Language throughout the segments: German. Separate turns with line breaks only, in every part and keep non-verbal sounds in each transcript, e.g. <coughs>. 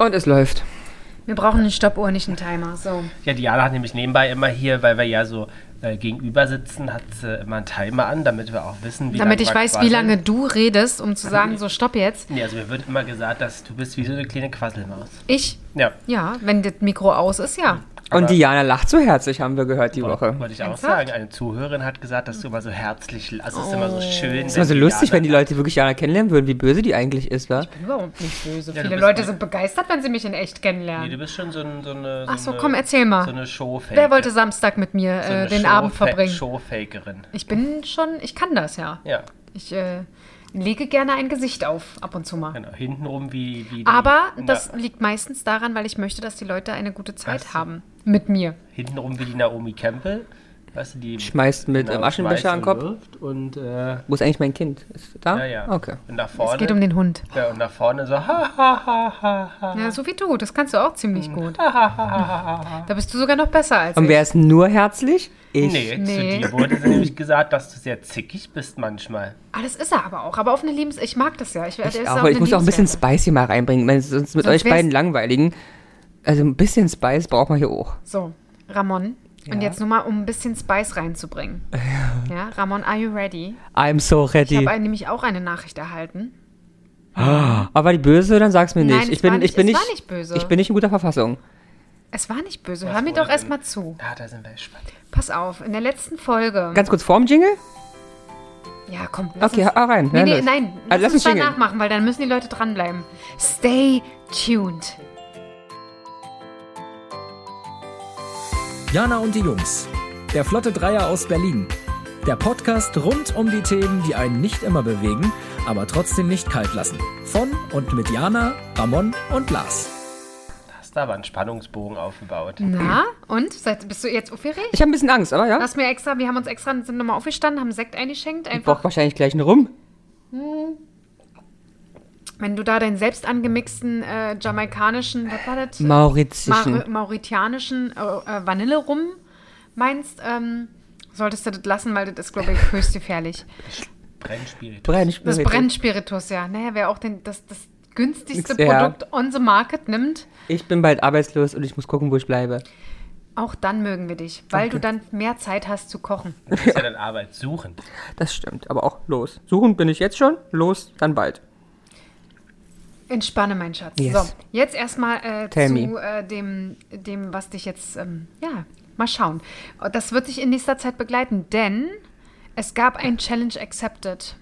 Und es läuft.
Wir brauchen eine Stoppuhr, nicht einen Timer. So.
Ja, Diana hat nämlich nebenbei immer hier, weil wir ja so äh, gegenüber sitzen, hat sie immer einen Timer an, damit wir auch wissen, wie
Damit
lange
ich
wir
weiß, wie
quasseln.
lange du redest, um zu sagen, so stopp jetzt.
Nee, also mir wird immer gesagt, dass du bist wie so eine kleine Quasselmaus.
Ich,
Ja,
ja, wenn das Mikro aus ist, ja.
Aber-
Und Diana lacht so herzlich, haben wir gehört die Woche.
wollte ich auch
Ernsthaft?
sagen. Eine Zuhörerin hat gesagt, dass du immer so herzlich, also es ist
Oh.
immer so schön.
Es war so lustig, wenn die Leute wirklich Diana kennenlernen würden, wie böse die eigentlich ist, wa?
Überhaupt nicht böse.
Ja, du
Viele
bist
Leute
nett.
sind begeistert, wenn sie mich in echt
Nee,
kennenlernen.
du bist schon so, ein, so eine. So
Ach so,
eine,
komm, erzähl mal.
So eine Showfake.
Wer wollte Samstag mit mir
so eine
äh, den
Showfa-
Abend verbringen?
Showfakerin.
Ich bin schon, ich kann das ja.
Ja,
Ich äh, lege gerne ein Gesicht auf, ab und zu mal.
genau. Hintenrum wie. wie die-
Aber das
Na,
liegt meistens daran, weil ich möchte, dass die Leute eine gute Zeit
Ach so.
haben mit mir.
hintenrum wie die Naomi Campbell. Weißt du, die.
Schmeißt mit äh,
genau,
einem Aschenbecher
schmeißt
am
und
Kopf.
wirft Und, äh,
Wo ist eigentlich mein Kind? Ist es da?
ja, ja.
Okay.
Und nach vorne.
Es geht um den Hund.
ja, und nach vorne so. Ha, ha, ha, ha, ha.
Ja, so wie du. Das kannst du auch ziemlich gut. Hm. <laughs> Da bist du sogar noch besser als
Und
ich.
wer ist nur herzlich? Ich.
Nee,
Nee.
zu dir wurde nämlich gesagt, dass du sehr zickig bist manchmal.
Ah, das ist er aber auch. Aber auf eine Liebens... Ich mag das ja. Ich,
Ich, auch, ich muss auch ein bisschen spicy mal reinbringen, weil sonst mit
Sonst
euch beiden
wär's-
langweiligen. Also ein bisschen Spice braucht man hier auch.
So, Ramon. Und
Ja.
jetzt nur mal, um ein bisschen
<laughs>
Spice reinzubringen. Ja, Ramon, are you ready?
I'm so
Ich
ready.
habe nämlich auch eine Nachricht erhalten.
Aber die böse, dann sag's mir
Nein,
nicht.
es
ich bin,
war nicht-
ich bin
es
nicht,
war nicht böse. Mhm.
Ich bin nicht in guter Verfassung.
Es war nicht böse.
Was
Hör mir
wurde
doch erst
denn-
mal zu.
Ah, da sind wir gespannt.
Pass auf, in der letzten Folge...
Ganz kurz vorm Jingle?
ja, komm. lass
Okay,
uns-
hau rein.
Nee,
Ja,
nee,
los.
nein.
Also, lass
Lass
uns
uns
jingeln.
danach machen, weil dann müssen die Leute dranbleiben. Stay tuned.
Jana und die Jungs. Der Flotte Dreier aus Berlin. Der Podcast rund um die Themen, die einen nicht immer bewegen, aber trotzdem nicht kalt lassen. Von und mit Jana, Ramon und Lars.
Hast da aber einen Spannungsbogen aufgebaut.
Na, und? Seid, bist du jetzt aufgeregt?
Ich habe ein bisschen Angst, aber ja.
Hast mir extra, wir haben uns extra, sind nochmal aufgestanden, haben Sekt eingeschenkt.
Ich
Einfach,
brauch wahrscheinlich gleich einen Rum.
wenn du da deinen selbst angemixten äh, jamaikanischen, was war das?
Mauritischen.
Maur- äh, mauritianischen äh, äh, Vanille rum meinst, ähm, solltest du das lassen, weil das ist, glaube ich,
<laughs>
höchst gefährlich.
Brennspiel.
Brennspiritus.
Das Brennspiritus, ja. Naja, wer auch den, das, das günstigste
Nix, ja.
Produkt on the market nimmt,
Ich bin bald arbeitslos und ich muss gucken, wo ich bleibe.
auch dann mögen wir dich, weil du dann mehr Zeit hast zu kochen.
Du bist ja dann Arbeit suchen.
Das stimmt, aber auch los. Suchen bin ich jetzt schon, los, dann bald.
Entspanne, mein Schatz.
Yes.
So, jetzt erstmal äh,
Tell
zu
me.
äh, dem, dem, was dich jetzt, ähm, ja, mal schauen. Das wird dich in nächster Zeit begleiten, denn es gab ein Challenge Accepted.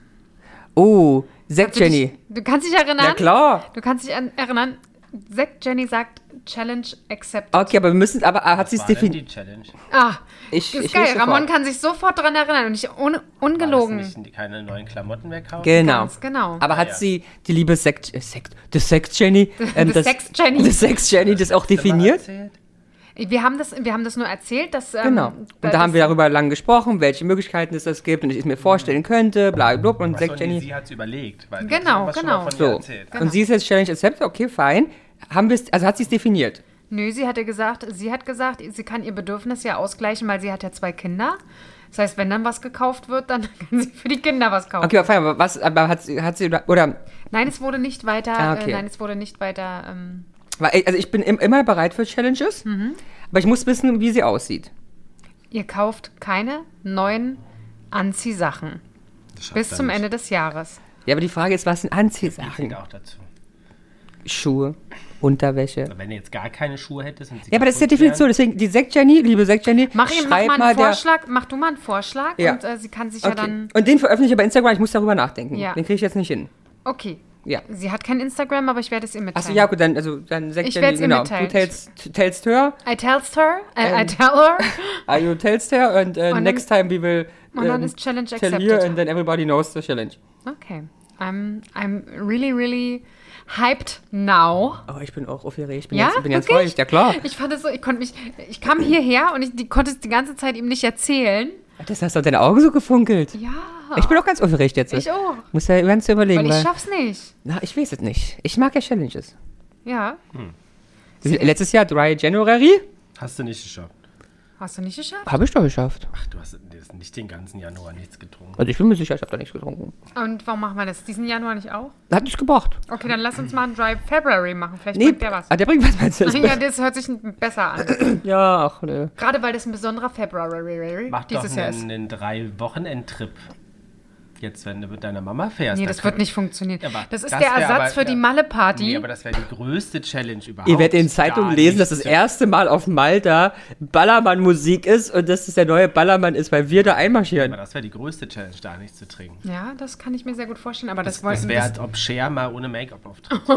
Oh, Sekt
Du dich-
Jenny.
Du kannst dich erinnern?
Na klar.
Du kannst dich an, erinnern, Zack Jenny sagt Challenge Accepted.
Okay, aber wir müssen, aber ah, <laughs> hat sie es
War denn die
definiert?
Challenge? War
Ah,
Ich-
ist
ich
geil.
lese Ah,
Ramon
vor.
kann sich sofort dran erinnern und ich un, ungelogen.
Das nicht, keine neuen Klamotten mehr kaufen?
Genau.
Ganz genau.
Aber hat
Ja, ja.
sie die liebe Sekt, äh, Sekt, das Sekt <laughs> Jenny, ähm,
das Sekt Jenny.
das Sekt Jenny, das auch
Hast du mal
definiert?
erzählt?
Wir haben, das, wir haben das nur erzählt, dass. Ähm,
Genau. Und da haben wir darüber lang gesprochen, welche Möglichkeiten es das gibt und ich es
Mhm.
mir vorstellen könnte, bla bla bla und
Achso,
Sekt
nee,
Jenny.
Sie hat es überlegt. Weil
Genau,
du hast schon
genau.
mal Von ihr
So.
erzählt.
Und sie ist jetzt Challenge Accepted, okay, fein. Haben wir es, also hat sie es definiert.
Nö, sie hatte gesagt, sie hat gesagt, sie kann ihr Bedürfnis ja ausgleichen, weil sie hat ja zwei Kinder. Das heißt, wenn dann was gekauft wird, dann <laughs> kann sie für die Kinder was kaufen.
Okay, aber fein, aber was, aber hat sie, hat sie, oder,
Nein, es wurde nicht weiter.
Ah, okay.
äh, nein, es wurde nicht weiter. Ähm,
weil, also ich bin im, immer bereit für Challenges,
Mhm.
aber ich muss wissen, wie sie aussieht.
ihr kauft keine neuen Anziehsachen
Das schafft
bis
er
zum
nicht.
Ende des Jahres.
Ja, aber die Frage ist, was sind
Zählt
Anziehsachen?
auch dazu.
Schuhe, Unterwäsche.
Und wenn du jetzt gar keine Schuhe hättest und sie
Ja, aber das ist ja
kaputt
Definition.
wären,
Deswegen, die Sekt Jenny, liebe Sekt Jenny,
Mach, ihr, mach
schreib
mal einen
mal der.
Vorschlag. Mach du mal einen Vorschlag
Ja.
und äh, sie kann sich ja
Okay.
dann.
Und den veröffentliche ich bei Instagram, ich muss darüber nachdenken.
Ja.
Den kriege ich jetzt nicht hin.
Okay.
Ja.
Sie hat kein Instagram, aber ich werde es ihr mitteilen.
Achso, ja, gut, dann, also, dann Sekt
Ich
Jenny,
werd's ihr
genau.
mitteilen.
Du tellst, tellst her,
I tells her, äh,
Ähm.
I tell her.
<laughs> Ah, you tellst her and uh,
dann-
next time we will
und dann
ähm,
ist Challenge
tell here
accepted.
and then everybody knows the challenge.
Okay. I'm, I'm really, really hyped now.
Oh, ich bin auch aufgeregt. Ich bin
Ja?
ganz, bin ganz
Wirklich?
feucht. Ja, klar.
Ich fand es so, ich konnte mich, ich kam hierher und ich die, konnte es die ganze Zeit ihm nicht erzählen.
Das hast du deine Augen so gefunkelt.
Ja.
Ich bin auch ganz aufgeregt jetzt.
Ich auch.
Muss ja ganz überlegen,
weil ich
weil...
schaff's nicht.
na, ich weiß es nicht. Ich mag ja Challenges.
Ja.
Letztes Jahr, 3 January,
Hast du nicht geschafft.
Hast du nicht geschafft?
Habe ich doch geschafft.
Ach, du hast jetzt nicht den ganzen Januar nichts getrunken.
Also ich bin mir sicher, ich habe da nichts getrunken.
Und warum machen wir das? Diesen Januar nicht auch?
Hat nicht gebracht.
Okay, dann lass uns mal einen Dry February machen. Vielleicht
Nee,
bringt der was.
ah, der bringt was, meinst du? Das
Ja, das hört sich besser an.
Ja, ach ne.
Gerade weil das ein besonderer February
Mach
dieses
doch
Jahr
einen,
ist.
einen drei Wochenendtrip. Jetzt, wenn du mit deiner Mama fährst.
Nee,
da
das
kann-
wird nicht funktionieren.
Ja, aber
Das ist
das
der
wär
Ersatz
aber-
für die
ja.
Malle-Party.
Nee, aber das wäre die größte Challenge überhaupt.
Ihr werdet in Zeitungen
Gar
lesen, dass das
nichts zu-
erste Mal auf Malta Ballermann-Musik ist und dass das der neue Ballermann ist, weil wir da
Aber
einmarschieren.
das wäre die größte Challenge, da nichts zu trinken.
ja, das kann ich mir sehr gut vorstellen, aber das,
Das
wollten
wäre,
wir.
als ob Cher mal ohne Make-up auftritt. <laughs>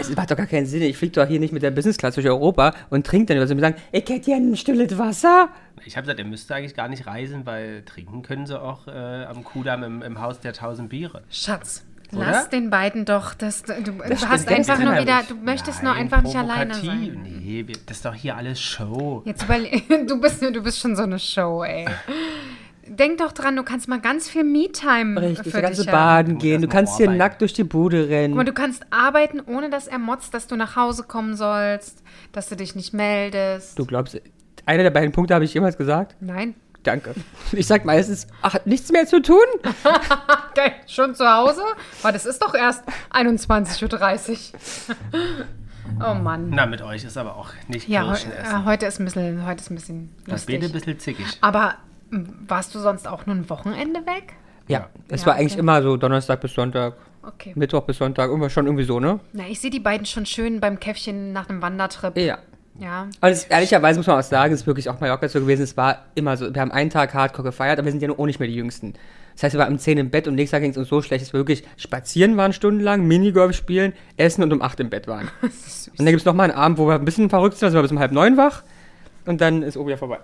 Es macht doch gar keinen Sinn. Ich fliege doch hier nicht mit der Business Class durch Europa und trinke dann was und mir sagen, ich hätte hier ein stilles Wasser.
Ich habe gesagt, er müsste eigentlich gar nicht reisen, weil trinken können sie auch äh, am Kudamm im, im Haus der tausend Biere.
Schatz,
Oder?
lass den beiden doch. Das, du du hast
stimmt,
einfach
das
nur
kann er
wieder.
nicht.
Du möchtest nur
Nein,
einfach nicht alleine
provokativ.
sein.
Nee, wir- das ist doch hier alles Show.
Jetzt überle- <laughs> du bist, du bist schon so eine Show, ey. Denk doch dran, du kannst mal ganz viel Me-Time
Richtig,
für
da kannst
dich
du
haben.
baden
muss
gehen, du
erst mal
kannst hier
arbeiten.
nackt durch die Bude
Guck mal,
rennen.
du kannst arbeiten, ohne dass er motzt, dass du nach Hause kommen sollst, dass du dich nicht meldest.
Du glaubst, einer der beiden Punkte habe ich jemals gesagt?
Nein.
Danke. <laughs> Ich sag meistens, ach, hat nichts mehr zu tun?
Geil, schon zu Hause? Weil das ist doch erst
<laughs>
21.30 Uhr. Oh Mann.
Na, mit euch ist aber auch nicht
Ja, heu
Kirschen essen.
äh, heute ist ein bisschen, heute ist ein bisschen
Das bin ein
lustig.
bisschen zickig.
Aber m, warst du sonst auch nur ein Wochenende weg?
Ja, es
Ja,
war eigentlich
okay.
immer so Donnerstag bis Sonntag,
Okay.
Mittwoch bis Sonntag, immer schon irgendwie so, ne?
Na, ich sehe die beiden schon schön beim Käffchen nach einem Wandertrip.
Ja. <laughs>
Ja.
Und es, ehrlicherweise muss man auch sagen, es ist wirklich auch Mallorca so gewesen. Es war immer so, wir haben einen Tag hardcore gefeiert, aber wir sind ja nur auch nicht mehr die Jüngsten. Das heißt, wir waren um 10 im Bett und nächsten Tag ging es uns so schlecht, dass wir wirklich spazieren waren stundenlang, Minigolf spielen, essen und um 8 im Bett waren. und dann gibt es nochmal einen Abend, wo wir ein bisschen verrückt sind, also wir bis um halb neun wach und dann ist oben wieder vorbei.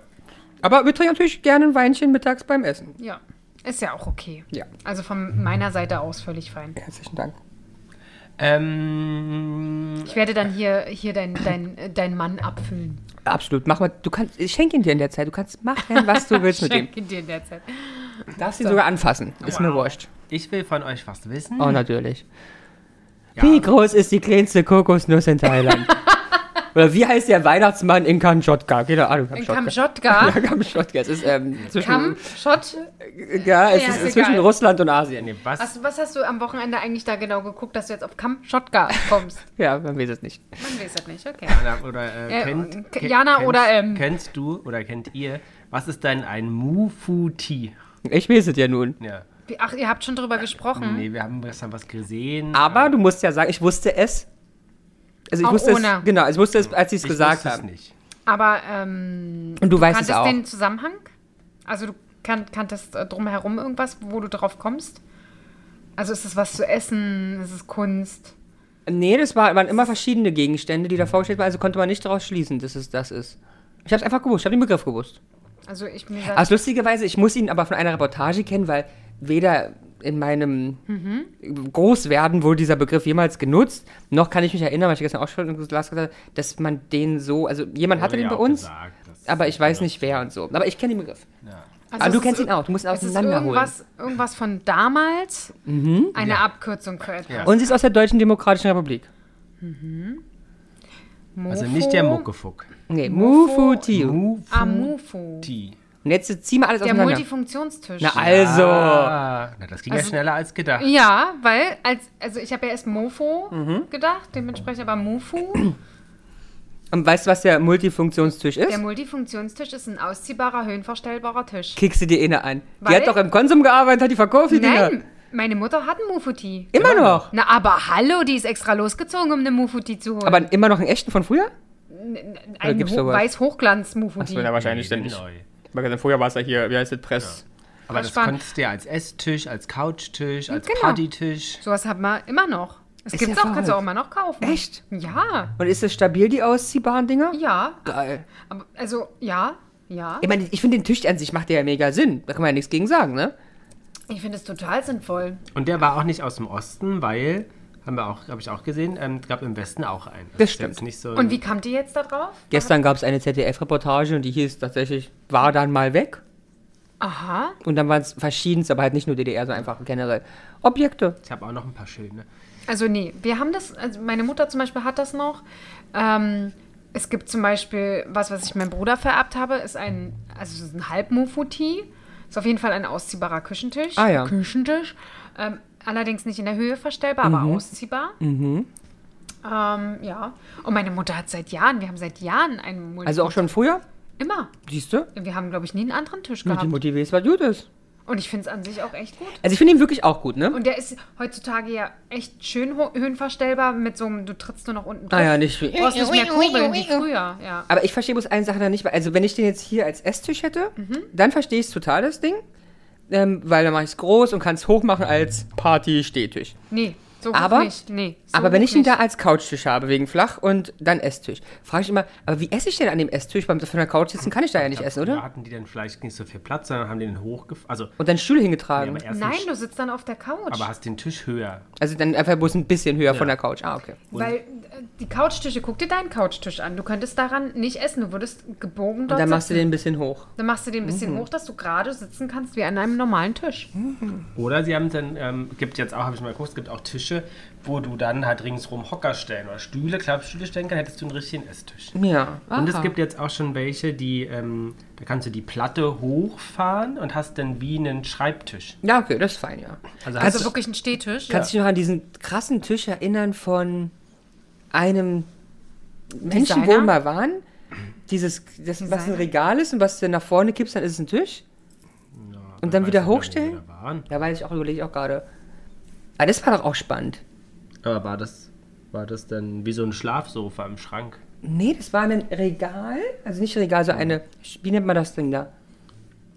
Aber wir trinken natürlich gerne ein Weinchen mittags beim Essen.
Ja. Ist ja auch okay.
Ja.
Also von meiner Seite aus völlig fein.
Herzlichen Dank.
Ähm,
Ich werde dann hier, hier dein, dein, äh, dein Mann abfüllen.
Absolut, mach mal, du kannst, ich schenke ihn dir in der Zeit, du kannst machen, was du willst mit ihm.
<laughs> Schenke dir in der Zeit.
Du darfst ihn sogar anfassen,
Oh,
ist mir wurscht.
ich will von euch was wissen.
Oh, natürlich.
Ja.
Wie groß ist die kleinste Kokosnuss in
<laughs>
Thailand? Oder wie heißt der Weihnachtsmann in Kamtschatka? Keine Ahnung,
In
Kamtschatka.
Kamtschatka.
Ja, Kamtschatka. Es ist, ähm, zwischen,
Kam, Schott.
ja, es
Ja,
ist,
ist egal.
zwischen Russland und Asien.
Nee, was?
Also Was, was hast du am Wochenende eigentlich da genau geguckt, dass du jetzt auf Kamtschatka
<laughs>
kommst?
Ja, man weiß es nicht.
Man weiß es nicht, okay.
Jana oder äh,
Äh,
kennt,
K-
ke-
Jana
kennst,
oder, ähm,
kennst du oder kennt ihr, was ist denn ein Mufuti?
Ich weiß es ja nun.
Ja.
Wie- Ach, ihr habt schon drüber gesprochen.
Nee, wir haben gestern was gesehen.
Mhm. Aber du musst ja sagen, ich wusste es. Also ich
Auch
wusste
ohne.
es, genau, ich wusste es, als sie es
ich
gesagt
wusste es
haben.
nicht.
Aber ähm,
Und du weißt es
kanntest
auch.
den Zusammenhang? Also du kan kanntest äh, drumherum irgendwas, wo du drauf kommst? Also ist es was zu essen? Ist es Kunst?
Nee, das war, waren immer verschiedene Gegenstände, die da vorgestellt waren, also konnte man nicht daraus schließen, dass es das ist. Ich hab's einfach gewusst, ich hab den Begriff gewusst.
Also ich mir sag,
Also lustigerweise, ich muss ihn aber von einer Reportage kennen, weil weder in meinem Großwerden wurde dieser Begriff jemals genutzt, noch kann ich mich erinnern, weil ich gestern auch schon in Glas gesagt habe, dass man den so, also jemand hatte
Wurde
den bei
ja auch
uns,
gesagt, dass-
aber ich weiß nicht wer und so. Aber ich kenne den Begriff.
Ja.
also
ah, du
es
kennst
ist
ihn auch, du musst ihn
Es ist
auseinanderholen. Mhm.
irgendwas, irgendwas von damals, eine Abkürzung für etwas.
Ja.
Und sie ist aus der Deutschen Demokratischen Republik.
Also nicht der Muckefuck.
Nee, Mufuti. Und
Mufuti.
Amufu.
jetzt zieh mal alles
Der
auseinander.
Multifunktionstisch.
Na also.
Ah, na, das ging ja
Also-
schneller als gedacht.
ja, weil, als, also ich habe ja erst Mofo
Mhm.
gedacht, dementsprechend
<coughs>
aber Mufu.
Und weißt du, was der Multifunktionstisch
Der
ist?
Multifunktionstisch ist ein ausziehbarer, höhenverstellbarer Tisch.
Kickst du dir eine an. Die
Weil-
hat doch im Konsum gearbeitet, hat die verkauft, die Dinger.
Nein, meine Mutter hat einen Mufuti.
Immer noch.
Na, aber hallo, die ist extra losgezogen, um eine Mufuti zu holen.
Aber immer noch einen echten von früher?
ein
gibt's
Ho
sowas?
Weiß-Hochglanz-Mufuti.
wahrscheinlich
Nee, neu.
Weil vorher war es ja hier, wie heißt das, Press.
Aber das
spannend.
konntest du ja als Esstisch, als Couchtisch, als
Genau.
Partytisch.
Sowas hat man immer noch. Es
Ist
gibt's
ja
auch, kannst du
verrückt.
auch immer noch kaufen.
Echt?
Ja,
Und ist das stabil, die ausziehbaren Dinger?
ja.
Geil.
Aber, also, ja, ja.
Ich meine, ich finde den Tisch an sich macht ja mega Sinn. Da kann man ja nichts gegen sagen, ne?
Ich finde es total sinnvoll.
Und der war auch nicht aus dem Osten, weil, haben wir auch, habe ich auch gesehen, ähm, gab im Westen auch einen. Also
Das
ist
stimmt.
jetzt Nicht so ein-
Und wie kamt ihr jetzt da drauf?
Gestern gab es eine ZDF-Reportage und die hieß tatsächlich, war dann mal weg.
Aha.
Und dann waren es verschiedenste, aber halt nicht nur DDR, sondern einfach generell Objekte.
Ich habe auch noch ein paar Schilder.
Also nee, wir haben das, also meine Mutter zum Beispiel hat das noch. Ähm, Es gibt zum Beispiel was, was ich meinem Bruder vererbt habe, ist ein, also es ist ein Halbmufuti. Ist auf jeden Fall ein ausziehbarer Küchentisch.
Ah, ja.
Küchentisch. Ähm, allerdings nicht in der Höhe verstellbar,
Mhm.
aber ausziehbar. Ähm, ja. Und meine Mutter hat seit Jahren, wir haben seit Jahren einen Multi.
Also auch schon früher?
Immer.
Siehst du?
Wir haben, glaube ich, nie einen anderen Tisch
Die
gehabt.
Mutti weiß, was gut ist.
Und ich finde es an sich auch echt gut.
Also ich finde ihn wirklich auch gut, ne?
Und der ist heutzutage ja echt schön ho- höhenverstellbar mit so einem, du trittst nur noch unten drauf.
Ah ja, nicht
Du brauchst nicht mehr kurbeln wie früher. Ja.
Aber ich verstehe bloß eine Sache da nicht, weil, also wenn ich den jetzt hier als Esstisch hätte, dann verstehe ich es total, das Ding. Ähm, weil dann mache ich es groß und kann es hochmachen als Party-Stehtisch.
Nee, so
Aber-
hoch nicht. Nee, so
aber wenn
hoch
ich ihn
nicht.
da als Couchtisch habe, wegen flach und dann Esstisch, frage ich immer, aber wie esse ich denn an dem Esstisch? Beim von der Couch sitzen kann ich da ja nicht essen,
Da
oder?
hatten die dann vielleicht nicht so viel Platz, sondern haben den hochgef... Also,
Und dann Stühle
nee,
hingetragen.
aber erst
Nein,
den
du sitzt dann auf der Couch.
Aber hast den Tisch höher.
also dann einfach bloß ein bisschen höher von der Couch. Ah, okay.
weil äh, die Couchtische, guck dir deinen Couchtisch an. Du könntest daran nicht essen. Du würdest gebogen dort
Und dann machst du
sitzen.
den Mhm. ein bisschen hoch.
dann machst du den ein bisschen hoch, dass du gerade sitzen kannst wie an einem normalen Tisch.
Hm?
Oder sie haben dann, ähm, gibt jetzt auch, habe ich mal geguckt, es gibt auch Tische, wo du dann halt ringsrum Hocker stellen oder Stühle, Klappstühle stellen kannst, hättest du einen richtigen Esstisch.
Ja.
Und es
aha.
gibt jetzt auch schon welche, die, ähm, da kannst du die Platte hochfahren und hast dann wie einen Schreibtisch.
Ja, okay, das ist fein, ja.
Also, hast
Also
du-
wirklich ein Stehtisch.
Kannst du dich noch an diesen krassen Tisch erinnern von einem Menschen, wo
Designer?
wir mal waren? Dieses, das, was ein
Designer?
Regal ist und was du nach vorne kippst, dann ist es ein Tisch. und dann wieder
Weiß nicht mehr, wo
hochstellen?
wir da waren.
Da weiß ich auch, überlege ich auch gerade. Aber das war doch auch spannend.
Aber war das, war das dann wie so ein Schlafsofa im Schrank?
Nee, das war ein Regal, also nicht Regal, so eine, wie nennt man das Ding da?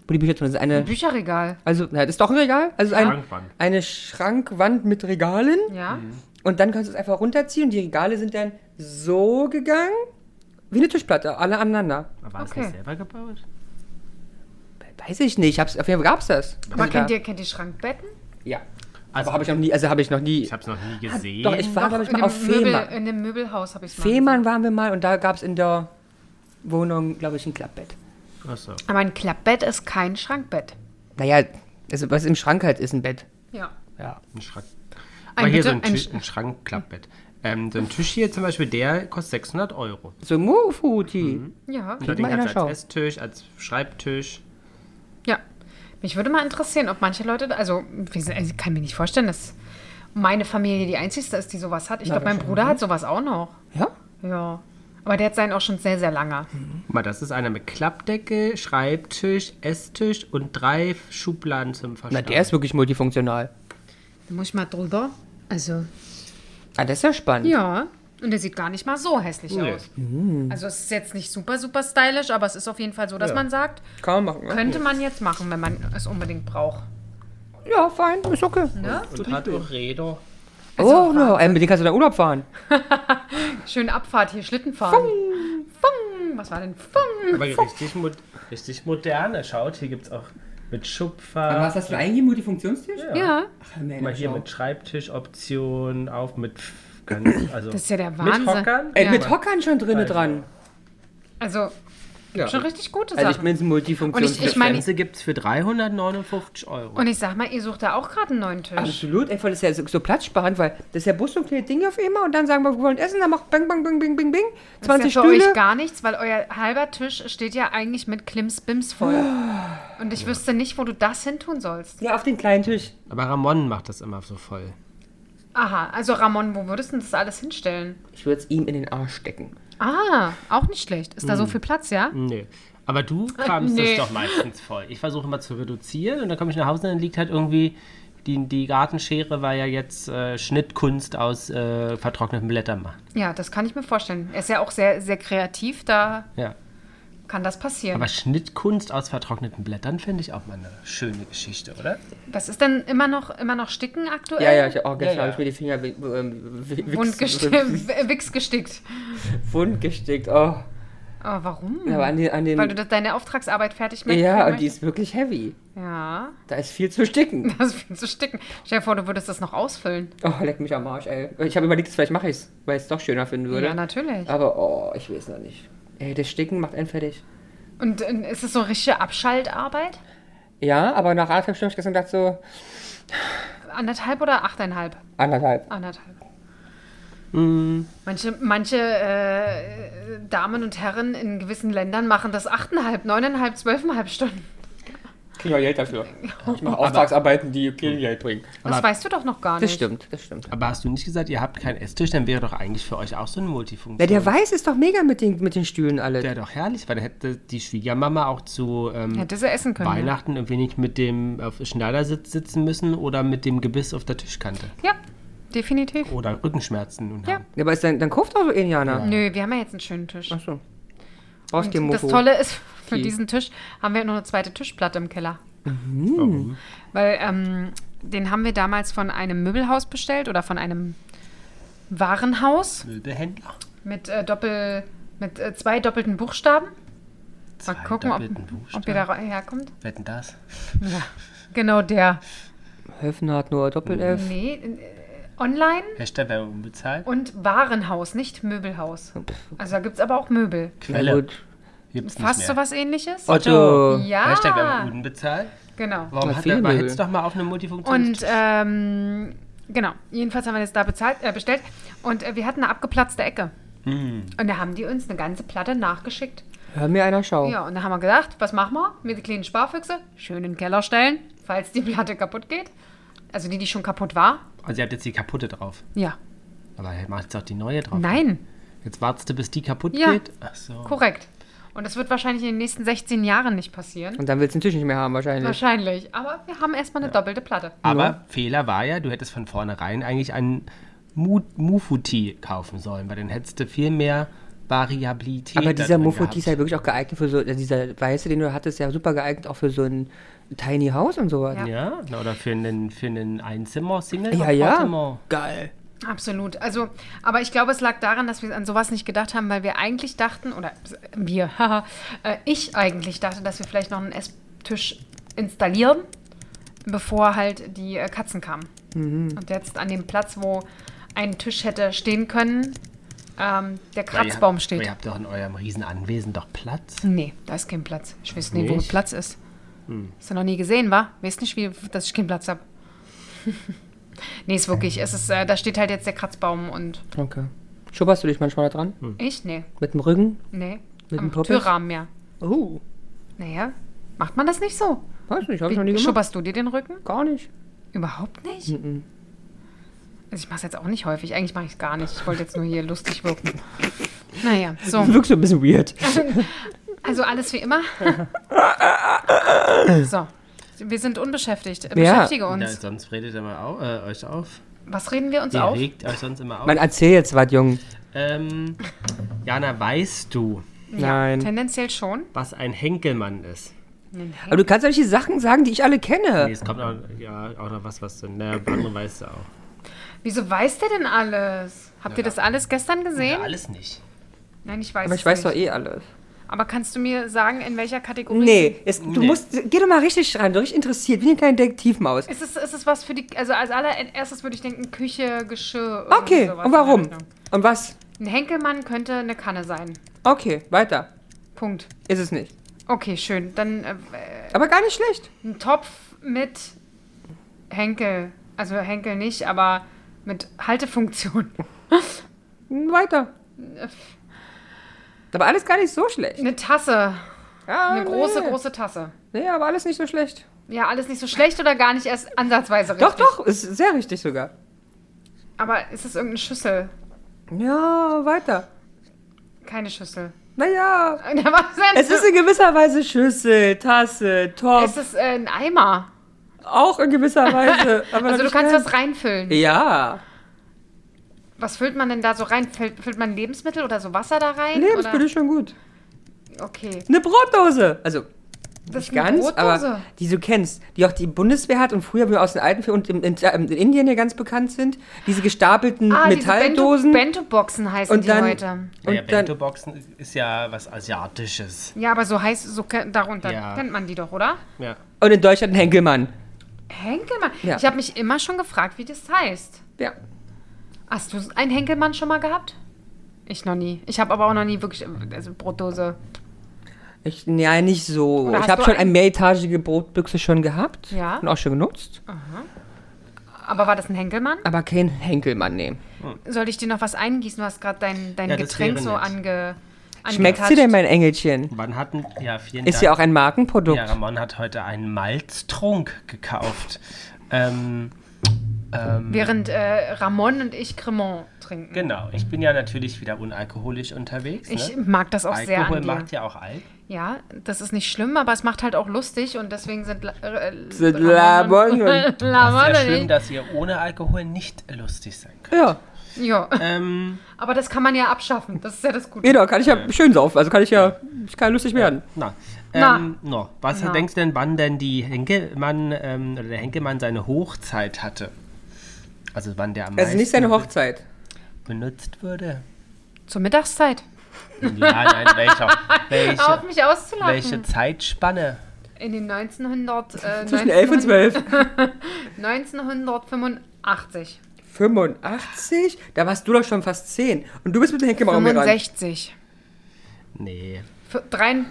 Wo die Bücher drin sind, eine,
Bücherregal.
also, na, das ist doch ein Regal, also ein,
Schrankwand.
eine Schrankwand mit Regalen.
Ja.
Und dann kannst du es einfach runterziehen und die Regale sind dann so gegangen, wie eine Tischplatte, alle aneinander.
Aber war es
Okay.
nicht selber gebaut?
Weiß ich nicht, ich hab's, auf jeden Fall gab's das.
Aber
Also
kennt
da-
ihr, kennt ihr Schrankbetten?
Ja.
Also-
Also habe ich noch nie, also habe ich noch nie.
Ich habe es noch nie gesehen.
doch, ich war, glaube ich,
in
mal
einem
auf
Möbel,
Fehmarn.
in einem Möbelhaus habe ich es mal. gesehen.
Fehmarn waren wir mal und da gab's in der Wohnung, glaube ich, ein Klappbett.
Ach so.
Aber ein Klappbett ist kein Schrankbett.
Naja, also was im Schrank halt ist, ein Bett.
Ja.
Ja.
Ein Schrank.
Ein
Aber hier
bitte-
so ein,
ein
Tisch,
Sch-
ein Schrankklappbett. Ähm, so ein Tisch hier zum Beispiel, der kostet 600 Euro.
So ein Mufuti.
Mhm.
Ja.
Und den
mal in der
kannst du
Schau.
als Esstisch, als Schreibtisch.
Ja. Mich würde mal interessieren, ob manche Leute, also wir sind- also ich kann mir nicht vorstellen, dass meine Familie die einzigste ist, die sowas hat. Ich glaube, mein Bruder hat sowas auch noch.
Ja?
Ja. Aber der hat seinen auch schon sehr, sehr lange.
Guck mal, das ist einer mit Klappdecke, Schreibtisch, Esstisch und drei Schubladen zum
Na,
Verstauen.
der ist wirklich multifunktional.
Da muss ich mal drüber. Also.
Ah, das ist ja spannend.
Ja. Und der sieht gar nicht mal so hässlich
Nee.
aus. Also es ist jetzt nicht super, super stylisch, aber es ist auf jeden Fall so, dass man sagt,
Kann man machen, ne?
könnte man jetzt machen, wenn man es unbedingt braucht.
Ja, fein, ist okay.
Also
und hat auch Räder.
Oh, no. Ey, mit dem kannst du dann Urlaub fahren.
Schön Abfahrt hier, Schlittenfahren. Fung. Was war denn Fung?
Aber richtig, mo richtig moderne. Schaut, hier gibt es auch mit Schubfach.
hast du eigentlich? Multifunktionstisch? Ja.
Ja.
Ach, Mensch,
Mal hier
Genau.
schau.
mit Schreibtischoption, auf mit. F-
<clears throat>
Ganz, also
Das ist ja der
mit
Wahnsinn.
Hockern.
Ey, mit Hockern schon drinne
Also.
dran.
Also, schon richtig gute Sachen.
Also ich bin ein Multifunktionstisch.
Und ich- ich meine-
Ganze gibt es für 359 Euro.
Und ich sag mal, ihr sucht da auch gerade einen neuen Tisch.
Absolut, ey, voll, das ist ja so, so platzsparend, weil das ist ja Bus und kleine Dinge auf immer und dann sagen wir, wir wollen essen, dann macht bang, bang, bang, bing, bing, bing,
Das ist
20
ja für
Stühle.
euch gar nichts, weil euer halber Tisch steht ja eigentlich mit Klims-Bims voll. Und ich wüsste nicht, wo du das hin tun sollst.
Ja, auf den kleinen Tisch.
Aber Ramon macht das immer so voll.
Aha, also Ramon, wo würdest du das alles hinstellen?
Ich würde es ihm in den Arsch stecken.
Ah, auch nicht schlecht. Ist
Mm.
da so viel Platz, ja?
Nee. Aber du kramst
nee.
es doch meistens voll. Ich versuche immer zu reduzieren und dann komme ich nach Hause und dann liegt halt irgendwie. Die, die Gartenschere war ja jetzt äh, Schnittkunst aus äh, vertrocknetem Blättermann.
Ja, das kann ich mir vorstellen. Er ist ja auch sehr, sehr kreativ, da
Ja.
kann das passieren.
Aber Schnittkunst aus vertrockneten Blättern finde ich auch mal eine schöne Geschichte, oder?
Was ist denn immer noch, immer noch Sticken aktuell?
Ja, ja, ich, oh, gestern
ja.
habe ich mir die Finger wi- ähm, wi- wichs-
Wund gesti- Wichs gestickt.
<laughs> wund gestickt. Oh,
Aber warum?
aber an den, an
Weil du
den
das- deine Auftragsarbeit fertig machen
ja, und die
möchtest?
ist wirklich heavy.
Ja,
Da ist viel zu sticken.
<laughs> das ist viel zu sticken. Stell dir vor, du würdest das noch ausfüllen.
Oh, leck mich am Arsch, ey. Ich habe überlegt, vielleicht mache ich es, weil ich es doch schöner finden würde.
Ja, natürlich.
Aber oh, ich weiß noch nicht. Ey, das Sticken macht einen fertig.
Und äh, ist es so richtige Abschaltarbeit?
Ja, aber nach anderthalb Stunden habe ich gestern gedacht so,
Anderthalb oder achteinhalb?
anderthalb.
Anderthalb.
Hm.
Manche, manche äh, Damen und Herren in gewissen Ländern machen das 8,5, 9,5, 12,5 Stunden.
Kriegen wir Geld dafür. Ich <laughs> mache Auftragsarbeiten, die viel Geld bringen.
Das
Aber-
weißt du doch noch gar
Das
nicht.
stimmt, Hm. das stimmt.
Aber hast du nicht gesagt, ihr habt keinen Esstisch? Dann wäre doch eigentlich für euch auch so eine Multifunktion.
Wer der weiß, ist doch mega mit den, mit den Stühlen alle.
Wäre doch herrlich, weil dann hätte die Schwiegermama auch zu ähm,
Hätte sie essen können.
Weihnachten ein wenig mit dem auf Schneidersitz sitzen müssen oder mit dem Gebiss auf der Tischkante.
Ja, definitiv.
Oder Rückenschmerzen nun
Ja.
haben.
Ja, aber ist dann, dann kauft doch so Indianer.
Nö, wir haben ja jetzt einen schönen Tisch.
Achso. Brauchst den
Und Also das
Mofo.
Tolle ist, für
Die.
diesen Tisch haben wir noch eine zweite Tischplatte im Keller. Weil ähm, den haben wir damals von einem Möbelhaus bestellt oder von einem Warenhaus
Möbelhändler.
mit, äh, doppel, mit äh, zwei doppelten Buchstaben. Mal
Zwei
gucken, ob,
doppelten
ob ihr
Buchstaben.
da herkommt.
Wetten das?
Genau der.
Höfner hat nur Doppel-F.
Nee, äh, online
Hashtag wäre unbezahlt.
und Warenhaus, nicht Möbelhaus.
Pff,
Also da gibt es aber auch Möbel.
ja,
Quelle.
gut.
Gibt's nicht
Fast
mehr.
so Ah. was ähnliches.
Otto.
Ja.
Hashtag wäre unbezahlt.
Genau.
Warum
Na,
hat
viele
der, man
Möbel.
hätte doch mal auf eine Multifunktion
Und ähm, genau, jedenfalls haben wir das da bezahlt, äh, bestellt und äh, wir hatten eine abgeplatzte Ecke. Und da haben die uns eine ganze Platte nachgeschickt.
Hör mir einer Schau.
Ja, und da haben wir gedacht, was machen wir mit den kleinen Sparfüchse? Schön in den Keller stellen, falls die Platte kaputt geht. Also die, die schon kaputt war.
Also ihr habt jetzt die kaputte drauf.
Ja.
Aber ihr macht jetzt auch die neue drauf.
Nein,
Jetzt wartest du, bis die kaputt
Ja.
geht? Ach so.
korrekt. Und das wird wahrscheinlich in den nächsten 16 Jahren nicht passieren.
Und dann willst du den Tisch nicht mehr haben, wahrscheinlich.
Wahrscheinlich. Aber wir haben erstmal eine doppelte Platte.
Aber Fehler war ja, du hättest von vornherein eigentlich einen Mu Mufuti kaufen sollen, weil dann hättest du viel mehr Variabilität.
Aber
da
dieser
drin
Mufuti ist
gehabt.
halt wirklich auch geeignet für so, also dieser weiße, den du hattest, ja super geeignet auch für so ein Tiny House und sowas.
Ja.
Ja, na, oder für einen, für einen Einzimmer-Single.
Ja, ja. Geil.
Absolut. Also, aber ich glaube, es lag daran, dass wir an sowas nicht gedacht haben, weil wir eigentlich dachten, oder wir, <laughs> haha, äh, ich eigentlich dachte, dass wir vielleicht noch einen Esstisch installieren, bevor halt die äh, Katzen kamen. Und jetzt an dem Platz, wo ein Tisch hätte stehen können, ähm, der Kratzbaum
Ihr
steht.
habt doch in eurem Riesenanwesen doch Platz.
Nee, da ist kein Platz. Ich weiß nicht, wo
Nicht?
Platz ist. Hast du noch nie gesehen, wa? Weißt nicht, wie, dass ich keinen Platz habe. <laughs> nee, ist wirklich. Es ist, äh, da steht halt jetzt der Kratzbaum und
Okay. Schubberst du dich manchmal da dran?
ich? Nee.
Mit dem Rücken?
Nee.
Mit
am
dem Poppes?
Türrahmen, ja.
Oh,
Naja, macht man das nicht so?
weiß nicht, hab ich noch nie
Wie,
gemacht.
schubberst du dir den Rücken?
Gar nicht.
Überhaupt nicht? Also ich mache es jetzt auch nicht häufig. Eigentlich mache ich es gar nicht. Ich wollte jetzt nur hier
<laughs>
lustig wirken. Naja, so.
Wirkst so ein bisschen weird.
Also alles
<laughs>
wie immer. so. Wir sind unbeschäftigt. Beschäftige
Na,
uns.
sonst redet ihr mal au äh, euch auf.
Was reden wir uns
Ihr
auf?
regt euch sonst immer auf.
Man erzähl jetzt was, Jung.
Ähm, Jana, weißt du,
Nein.
Tendenziell schon.
was ein Henkelmann ist?
Aber du kannst ja nicht die Sachen sagen, die ich alle
Nee,
kenne.
es kommt auch, ja, auch noch was, was du. Na, andere weißt du auch.
Wieso weiß der denn alles? Habt ihr das alles gestern
Ja,
gesehen?
alles nicht.
Nein, ich weiß
Aber ich
es
weiß doch
nicht.
eh alles.
Aber kannst du mir sagen, in welcher Kategorie?
Nee, es, du
Nee.
musst, geh doch mal richtig rein, du richtig interessiert, wie eine kleine Detektivmaus.
Ist es, ist es was für die, also als allererstes würde ich denken, Küche, Geschirr. irgendwie
Okay,
sowas
und
in
warum?
der Richtung.
Und was?
Ein Henkelmann könnte eine Kanne sein.
Okay, weiter.
Punkt.
Ist es nicht.
Okay, schön. Dann äh,
Aber gar nicht schlecht.
ein Topf mit Henkel. Also Henkel nicht, aber mit
<laughs>
Haltefunktion.
Hm, Weiter. Aber alles gar nicht so schlecht.
Eine Tasse.
Ja,
Eine große,
Oh, nee.
große Tasse.
Nee, aber alles nicht so schlecht.
Ja, alles nicht so schlecht oder gar nicht erst ansatzweise richtig.
Doch, doch, ist sehr richtig sogar.
Aber ist es irgendeine Schüssel?
Ja, weiter.
Keine Schüssel. <laughs>
Naja,
Was denn?
es ist in gewisser Weise Schüssel, Tasse,
es
Topf,
ist äh, ein Eimer.
auch in gewisser Weise.
<laughs>
Aber
Also du
natürlich
kannst
kein-
was reinfüllen.
Ja,
Was füllt man denn da so rein? Füllt, füllt man Lebensmittel oder so Wasser da rein?
Lebensmittel ist schon gut.
Oder? Okay.
Eine Brotdose. Also
Das ist eine
ganz, aber
Brotdose.
die du kennst, die auch die Bundeswehr hat und früher wir aus den alten Filmen und in, in, in Indien ja ganz bekannt sind. Diese gestapelten
Ah, diese
Metalldosen.
Bento, Bento-Boxen heißen
und
die
dann,
heute.
Und
naja,
dann
Bento-Boxen ist ja was Asiatisches.
Ja, aber so heißt so ke- darunter
Ja.
kennt man die doch, oder?
Ja.
und in Deutschland ein Henkelmann.
Henkelmann.
Ja.
Ich habe mich immer schon gefragt, wie das heißt.
Ja.
Hast du einen Henkelmann schon mal gehabt? Ich noch nie. Ich habe aber auch noch nie wirklich also Brotdose.
Ich, nein, nicht so.
Oder
ich
hast
habe
du
schon
ein-
eine mehrtagige Brotbüchse schon gehabt
Ja.
und auch schon genutzt.
Aber war das ein Henkelmann?
Aber kein Henkelmann nehmen.
Soll ich dir noch was eingießen? Du hast gerade dein, dein
Ja, das
Getränk
wäre
so
nett.
ange,
Schmeckt sie
angetatscht.
denn, mein Engelchen?
Wann hatten. Ja, vielen
Ist
Dank.
ja auch ein Markenprodukt.
Ja, Ramon hat heute einen Malztrunk gekauft. Ähm,
Während äh, Ramon und ich Cremant trinken.
genau, ich bin ja natürlich wieder unalkoholisch unterwegs.
Ich
ne?
mag das auch sehr
Alkohol
an dir.
macht ja auch alt.
Ja, das ist nicht schlimm, aber es macht halt auch lustig und deswegen sind, La- äh,
Sind Ramon
Ramon <laughs>
und-
Ramon
Sehr
und
schlimm,
ich.
dass ihr ohne Alkohol nicht lustig sein könnt.
Ja,
Ja,
Ähm,
aber das kann man ja abschaffen. Das ist ja das Gute.
jeder kann ich ja schön saufen. Also kann ich ja, ich kann lustig werden.
na,
Na.
ähm, no. Was
Na.
denkst du denn, wann denn die Henkelmann ähm, oder der Henkelmann seine Hochzeit hatte? Also wann der am
Das ist
meisten
nicht seine Hochzeit.
benutzt wurde?
Zur Mittagszeit.
Ja, nein,
<laughs>
welcher?
Auf
welche,
mich auszulachen.
welche Zeitspanne?
In den 1900,
<laughs>
äh,
Zwischen 11 und 12.
1985.
85? Da warst du doch schon fast 10. Und du bist mit dem Henkelmann umgerannt.
65.
Nee.
F- drein-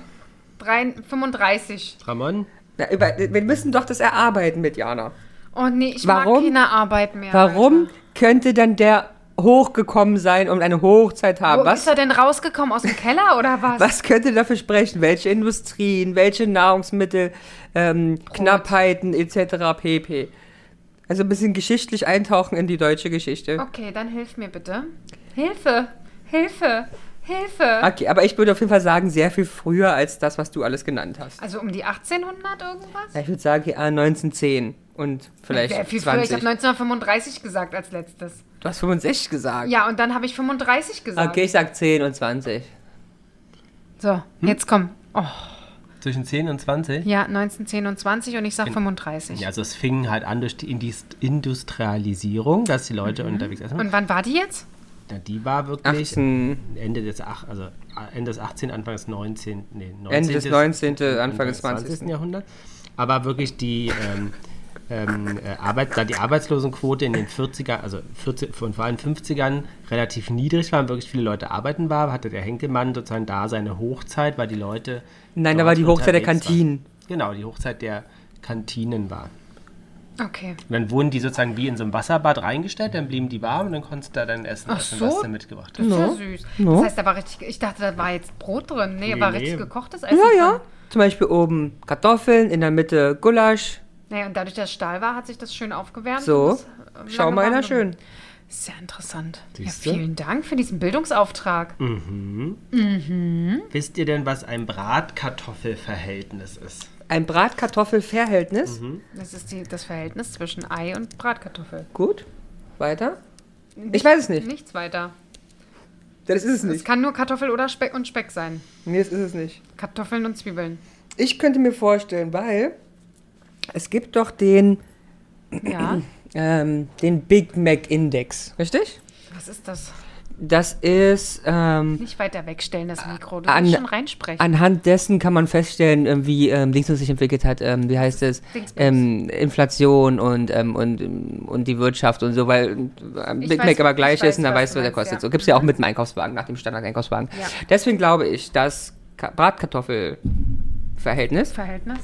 drein- 35.
Ramon?
Na, über, wir müssen doch das erarbeiten mit Jana.
Oh nee, ich mag
Warum?
keine Arbeit mehr.
Warum
Alter.
könnte dann der hochgekommen sein und eine Hochzeit
Wo
haben?
ist
Ah, Was,
er denn rausgekommen? Aus dem Keller
<laughs>
oder was?
was könnte dafür sprechen? Welche Industrien, welche Nahrungsmittel, ähm, Knappheiten etc. pp. Also ein bisschen geschichtlich eintauchen in die deutsche Geschichte.
Okay, dann hilf mir bitte. Hilfe! Hilfe! Hilfe!
Okay, aber ich würde auf jeden Fall sagen, sehr viel früher als das, was du alles genannt hast.
Also um die 1800 irgendwas?
Ja, Ich würde sagen, ja, 1910 und vielleicht
Sehr viel früher. Ich
20.
habe 1935 gesagt als letztes.
du hast 65 gesagt.
Ja, und dann habe ich 35 gesagt.
Okay, Hm? ich sag 10 und 20.
So, jetzt komm. Oh,
Zwischen 10 und 20?
ja, 19, 10 und 20 und ich sag 35.
Ja, also es fing halt an durch die Indis- Industrialisierung, dass die Leute unterwegs sind.
Mhm. Und wann war die jetzt?
Ja, die war wirklich
18,
Ende des, ach, also Ende des 18., Anfang des 19., nee, 19.
Ende des 19., Anfang des
20.
20.
Jahrhunderts. Aber wirklich die, ähm, ähm, äh, Arbeit, da die Arbeitslosenquote in den 40er, also 40, und vor allem 50ern relativ niedrig war, und wirklich viele Leute arbeiten war, hatte der Henkelmann sozusagen da seine Hochzeit, weil die Leute.
Nein, da
dort
war die Hochzeit der
unterwegs
Kantinen.
Waren. Genau, die Hochzeit der Kantinen war.
Okay.
Und dann wurden die sozusagen wie in so einem Wasserbad reingestellt, dann blieben die warm und dann konntest du da dein Essen
Ach
essen,
so.
was du mitgebracht hast.
Das ist ja
No.
süß.
No.
Das heißt, da war richtig, ich dachte, da war jetzt Brot drin. Nee,
Nee,
war
nee.
richtig gekochtes Essen.
Ja, ja.
drin.
Zum Beispiel oben Kartoffeln, in der Mitte Gulasch.
Nee, und dadurch, dass es Stahl war, hat sich das schön aufgewärmt.
So,
und das, äh, lange
schau mal
warm
einer
geblieben.
schön.
Sehr interessant.
Siehste?
Ja, vielen Dank für diesen Bildungsauftrag.
Mhm.
Wisst ihr denn, was ein Bratkartoffelverhältnis ist?
Ein Bratkartoffel-Verhältnis.
Das ist die, das Verhältnis zwischen Ei und Bratkartoffel.
Gut. Weiter?
Nichts-
weiß es nicht.
Nichts weiter.
Das ist es
Es
nicht.
kann nur Kartoffel oder Speck und Speck sein.
Nee, das ist es nicht.
Kartoffeln und
<clears throat>
Zwiebeln.
Ich könnte mir vorstellen, weil es gibt doch den,
Ja.
ähm, den Big Mac Index. Richtig?
Was ist das?
Das ist, ähm,
Nicht weiter wegstellen, das Mikro. Du
An-
musst schon reinsprechen.
Anhand dessen kann man feststellen, ähm, wie ähm, Dingsbums sich entwickelt hat, ähm, wie heißt es,
Dingsbums.
ähm, Inflation und, ähm, und, ähm, und die Wirtschaft und so, weil ähm,
Ich
Big
weiß-
Mac immer gleich
ich weiß,
ist und dann
was
weißt du,
du
was der
meinst,
kostet.
ja. Mhm.
So gibt es ja auch mit dem Einkaufswagen, nach dem Standard-Einkaufswagen.
Ja.
Deswegen glaube ich, dass Ka- Bratkartoffelverhältnis
Verhältnis?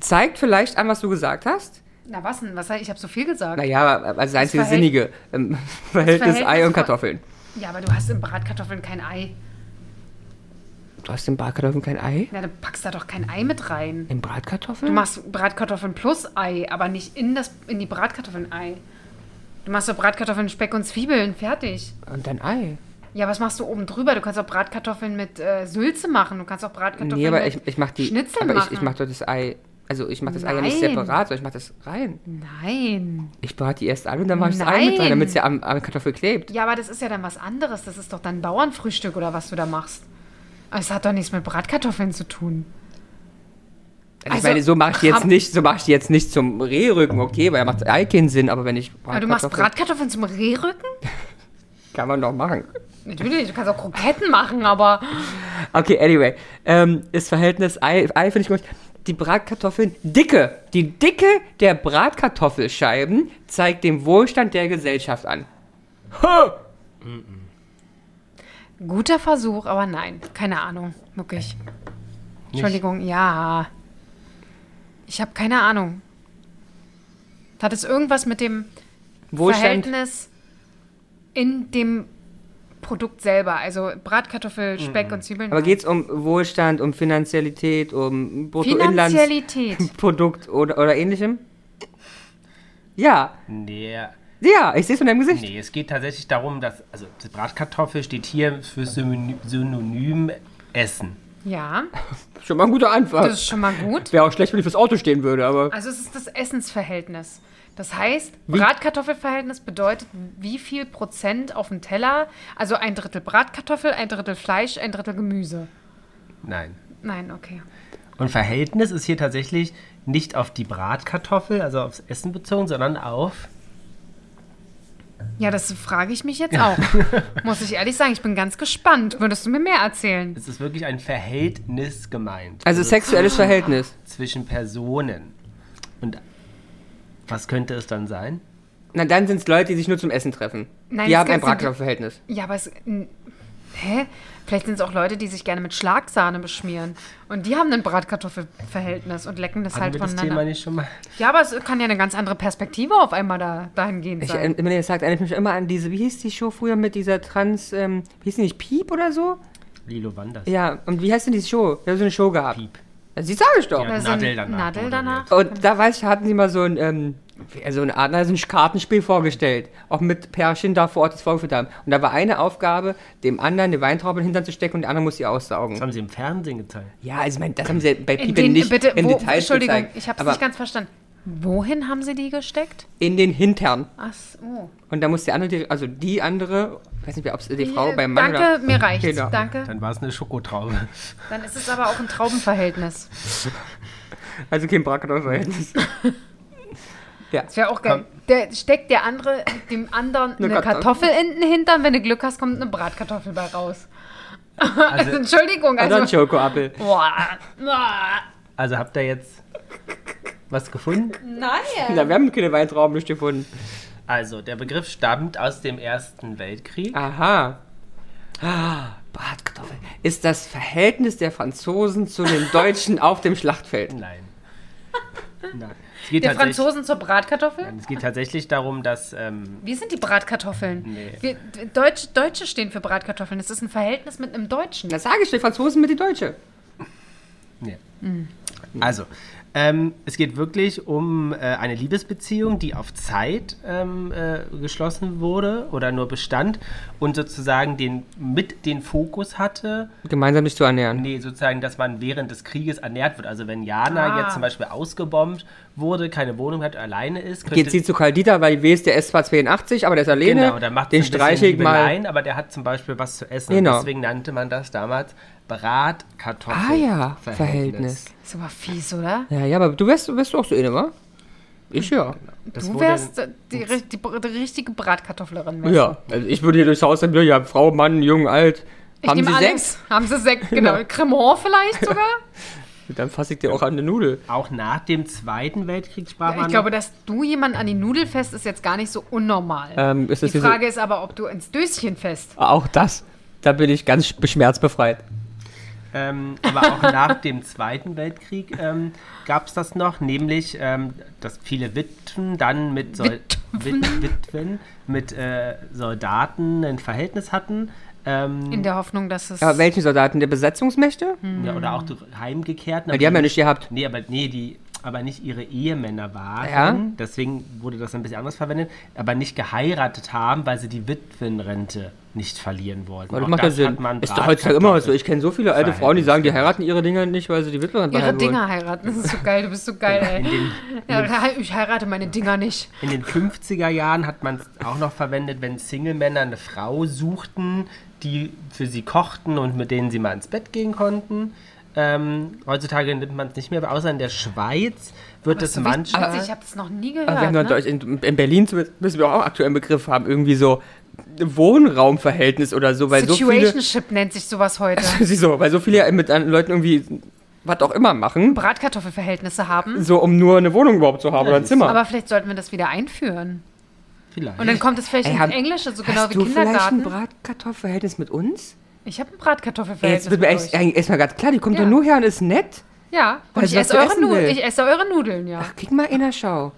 zeigt vielleicht an, was du gesagt hast.
Na was denn? Was, ich habe so viel gesagt.
Naja, also das einzige
Verhält-
Sinnige. Ähm, <laughs> Verhältnis Ei
Verhältnis
und
von-
Kartoffeln.
Ja, aber du hast in Bratkartoffeln kein Ei.
Du hast in Bratkartoffeln kein Ei?
Na, du packst da doch kein Ei mit rein.
In
Du
Bratkartoffeln?
machst Bratkartoffeln plus Ei, aber nicht in, das, in die Bratkartoffeln Ei. Du machst so Bratkartoffeln, Speck und Zwiebeln, fertig.
Und dann Ei.
Ja, was machst du oben drüber? Du kannst auch Bratkartoffeln mit äh, Sülze machen. Du kannst auch Bratkartoffeln
Nee, aber
mit
ich, ich mach die.
Schnitzel
aber
machen.
ich, ich mach doch das Ei. Also ich mach das Ei ja nicht
Nein.
separat, sondern ich mach das rein.
Nein.
Ich brate die erst an und dann mach ich das Ei mit rein,
Nein.
damit es ja am, am Kartoffel klebt. Also
Ja, aber das ist ja dann was anderes. Das ist doch dann Bauernfrühstück oder was du da machst. Es hat doch nichts mit Bratkartoffeln zu tun.
Also ich
Also,
meine, so mach ich die jetzt
Kram-
nicht, so mach ich die jetzt nicht zum Rehrücken, okay, weil er macht das Ei keinen Sinn, aber wenn ich
Aber du machst
Bratkartoffeln-
Bratkartoffeln zum Rehrücken?
kann man doch machen.
Natürlich, du kannst auch Kroketten machen, aber
Okay, anyway, ähm, das Verhältnis Ei, Ei finde ich gut. Die Bratkartoffeln dicke, die Dicke der Bratkartoffelscheiben zeigt den Wohlstand der Gesellschaft an. Ha!
guter Versuch, aber nein. Keine Ahnung, wirklich. Entschuldigung, ja. Ich habe keine Ahnung. Hat es irgendwas mit dem
Wohlstand.
Verhältnis in dem Produkt selber? Also Bratkartoffel, Speck und Zwiebeln.
Mhm. Aber geht es um Wohlstand, um Finanzialität, um Bruttoinlandsprodukt <laughs>
Finanzialität.
oder, oder ähnlichem? Ja,
Nee,
ja, ich sehe es von deinem Gesicht.
nee, es geht tatsächlich darum, dass, also die Bratkartoffel steht hier für Synonym, Synonym Essen.
Ja,
Schon mal ein guter Anfang.
das ist schon mal gut.
Wäre auch schlecht, wenn ich fürs Auto stehen würde, aber.
Also es ist das Essensverhältnis. Das heißt, Bratkartoffelverhältnis bedeutet, wie viel Prozent auf dem Teller, also ein Drittel Bratkartoffel, ein Drittel Fleisch, ein Drittel Gemüse.
Nein.
Nein, okay.
Und Verhältnis ist hier tatsächlich nicht auf die Bratkartoffel, also aufs Essen bezogen, sondern auf
Ja, das frage ich mich jetzt auch. Muss ich ehrlich sagen, ich bin ganz gespannt. Würdest du mir mehr erzählen?
Es ist wirklich ein Verhältnis gemeint.
Also sexuelles Verhältnis.
zwischen Personen. Und was könnte es dann sein?
Na, dann sind es Leute, die sich nur zum Essen treffen.
Nein,
die
das
haben ein
kannst du-
Bratkartoffelverhältnis.
Ja, aber es. n- Hä? Vielleicht sind es auch Leute, die sich gerne mit Schlagsahne beschmieren. Und die haben ein Bratkartoffelverhältnis und lecken das
Hatten
halt
wir das Thema
voneinander.
nicht schon mal?
Ja, aber es kann ja eine ganz andere Perspektive auf einmal da, dahingehend
Ich,
sein.
äh, wenn ihr das sagt, erinnere ich mich immer an diese, wie hieß die Show früher mit dieser Trans, ähm, wie hieß die nicht, Piep oder so?
Lilo Wanders.
Ja, und wie heißt denn diese Show? Wir haben so eine Show gehabt.
Piep.
Also, die sage ich doch.
Ja.
Oder so
Nadel
ein
danach
Nadel
moderiert.
danach.
Und da weiß ich, hatten sie mal so ein, ähm, so eine Art, also ein Kartenspiel vorgestellt. Auch mit Pärchen da vor Ort, die es vorgeführt haben. Und da war eine Aufgabe, dem anderen eine Weintraube in den Hintern zu stecken und der andere muss sie aussaugen.
Das haben sie im Fernsehen gezeigt.
Ja, also ich meine, das haben sie bei
In
Piep
den,
nicht
bitte,
in
wo,
Details
Entschuldigung,
gezeigt.
ich habe es
aber
nicht ganz verstanden. Wohin haben sie die gesteckt?
in den Hintern.
Ach so.
Und da muss die andere, die- also die andere, ich weiß nicht, ob es die Frau
Äh,
beim Mann
Danke,
oder...
mir reicht's.
Genau.
Danke.
Dann war es eine Schokotraube.
Dann ist es aber auch ein Traubenverhältnis.
Also kein Bratkartoffelverhältnis. ja.
Das wäre auch geil. Der, steckt der andere dem anderen eine,
Kartoffel.
Kartoffel in den Hintern, wenn du Glück hast, kommt eine Bratkartoffel bei raus. <laughs> Also, Entschuldigung,
Oder ein
also.
Schokoappel.
Boah, Ah. boah,
Also habt ihr jetzt was gefunden?
nein.
Na, wir haben keine Weintrauben nicht gefunden.
Also, der Begriff stammt aus dem Ersten Weltkrieg.
Aha. Ah, Bratkartoffel. Ist das Verhältnis der Franzosen zu den Deutschen auf dem Schlachtfeld?
<laughs> Nein. Nein. Es geht,
Der
tatsächlich-
Franzosen zur Bratkartoffel?
es geht tatsächlich darum, dass ähm,
Wir sind die Bratkartoffeln.
Nee.
Wir, Deutsche, Deutsche stehen für Bratkartoffeln. Das ist ein Verhältnis mit einem Deutschen.
Na, sage ich dir, Franzosen mit den Deutschen.
Nee. Also, ähm, es geht wirklich um äh, eine Liebesbeziehung, die auf Zeit ähm, äh, geschlossen wurde oder nur bestand und sozusagen den, mit den Fokus hatte,
Gemeinsam sich zu ernähren.
nee, sozusagen, dass man während des Krieges ernährt wird. Also wenn Jana
Ah.
jetzt zum Beispiel ausgebombt wurde, keine Wohnung hat, alleine ist,
Geht sie zu Karl Dieter, weil die weiß, der ist zwar 82, aber der ist alleine.
genau, dann macht sie
den
ein bisschen
streiche ich mal.
Liebeleien, aber der hat zum Beispiel was zu essen.
Genau.
Deswegen nannte man das damals
Ah
Bratkartoffelverhältnis.
ja, Verhältnis.
Ist aber fies, oder?
Ja, ja, aber du wärst, wärst du auch so eine, wa? Ich ja.
Das
Du
wurde-
wärst äh, die, ri- die, br- die richtige Bratkartofflerin. wärst
Ja, also ich würde hier durchs Haus sein, ja, Frau, Mann, Jung, alt.
du. Ich nehme an, Haben sie sechs, genau.
Genau.
Cremant vielleicht sogar?
Dann fasse ich dir auch an eine Nudel.
Auch nach dem Zweiten Weltkrieg sprach
Ich
man
glaube, dass du jemanden an die Nudel fest, ist jetzt gar nicht so unnormal.
Ähm, ist das
die
hier so-
Frage ist aber, ob du ins Döschen fest.
Auch das. Da bin ich ganz schmerzbefreit.
Ähm, aber auch nach dem Zweiten Weltkrieg ähm, gab es das noch, nämlich, ähm, dass viele Witwen dann mit, Sol Wit Witwen, mit äh, Soldaten ein Verhältnis hatten. Ähm,
In der Hoffnung, dass es.
Aber welchen Soldaten? Der Besetzungsmächte?
ja, oder auch die Heimgekehrten.
Weil die haben ja nicht gehabt.
Nee, aber, nee, die, aber nicht ihre Ehemänner waren.
Ja.
Deswegen wurde das ein bisschen anders verwendet. Aber nicht geheiratet haben, weil sie die Witwenrente nicht verlieren wollten.
Aber das
Auch
macht ja Sinn.
hat man
Ist doch heutzutage immer so. Ich kenne so viele alte Frauen, die sagen, die
Verhältnis.
heiraten ihre Dinger nicht, weil sie die Witwe
ihre Dinger heiraten. Das ist so geil, du bist so geil, ey. Ja, ich heirate meine Dinger nicht.
In den 50er Jahren hat man es auch noch verwendet, wenn Single-Männer eine Frau suchten, die für sie kochten und mit denen sie mal ins Bett gehen konnten. Ähm, heutzutage nimmt man es nicht mehr, aber außer in der Schweiz wird es
So witzig,
manchmal.
ich habe das noch nie gehört.
Aber Ah, wir haben doch
ne?
in, Deutsch- in- in Berlin zumindest müssen wir auch aktuell einen Begriff haben, irgendwie so Wohnraumverhältnis oder so, weil so <laughs> viele,
Situationship nennt sich
<laughs>
sowas heute.
sie so, weil so viele ja mit anderen Leuten irgendwie was auch immer machen,
Bratkartoffelverhältnisse haben.
so um nur eine Wohnung überhaupt zu haben oder ein Zimmer.
Aber vielleicht sollten wir das wieder einführen.
Vielleicht.
Und dann kommt es vielleicht
Ey,
ins
hab-
Englische, so
Hast
genau wie
du vielleicht ein
Kindergarten.
Bratkartoffelverhältnis mit uns?
Ich habe ein
Ey,
Bratkartoffelverhältnis.
jetzt wird mir
mit
echt,
euch.
eigentlich erstmal ganz klar, die kommt
Ja.
doch nur her und ist nett.
Ja, und
Weißt
ich
du, also was du
esse, eure
essen
Nudeln.
willst?
ich esse eure Nudeln, ja.
Ach, krieg mal in der Schau.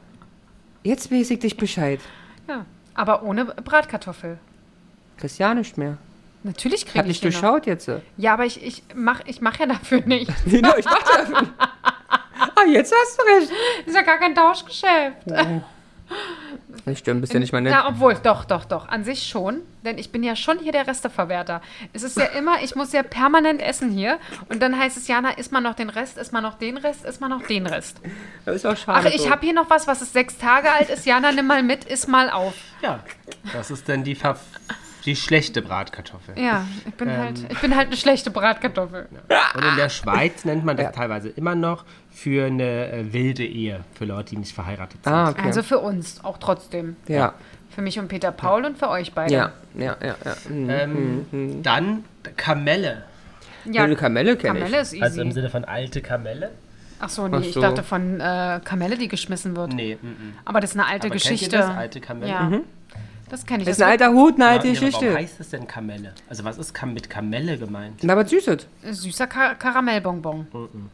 Jetzt weiß ich dich Bescheid.
Ja. Aber ohne Bratkartoffel.
Kriegst ja nicht mehr.
Natürlich
Ich hab
kriege
nicht
ich die noch.
durchschaut jetzt.
Ja, aber ich, ich mache ich mach ja dafür nicht.
<laughs> Genau, ich mach das. <laughs> Ah, jetzt hast du recht.
Das ist ja gar kein Tauschgeschäft.
Das stimmt, bist ja nicht mal nett.
Na, obwohl, doch, doch, doch. An sich schon. Denn ich bin ja schon hier der Resteverwerter. Es
<laughs>
ist ja immer, ich muss ja permanent essen hier. Und dann heißt es, Jana, isst man noch den Rest, isst man noch den Rest, isst man noch den Rest.
Das ist auch
Ach,
schade.
ich habe hier noch was, was ist sechs Tage alt ist. Jana, nimm mal mit, iss mal auf.
Ja, das ist dann die, verf- die schlechte Bratkartoffel.
Ja, ich
Ähm.
bin, halt, ich bin halt eine schlechte Bratkartoffel.
Und in der Schweiz nennt man das teilweise immer noch für eine äh, wilde Ehe, für Leute, die nicht verheiratet sind.
Ah, okay.
Also für uns auch trotzdem.
ja.
Für mich und Peter Paul und für euch beide.
Ja, ja, ja, ja. Mhm.
Ähm, Dann Kamelle.
ja
Eine Kamelle kenne ich.
Kamelle ist easy.
Also im Sinne von alte Kamelle?
Ach so, nee,
Ach
ich
so. Hm.
dachte von äh, Kamelle, die geschmissen wird.
Nee. mhm.
Aber das ist eine alte
Aber kennt ihr
Geschichte.
das, alte Kamelle?
Ja. Das kenne ich.
Das Mhm. ist
Das
ein alter Hut, eine alte
Ja, aber Warum
Geschichte.
heißt es denn Kamelle? Also was ist Kam mit Kamelle gemeint?
Na, aber süßes.
wird ein süßer Kar Karamellbonbon.
Mm,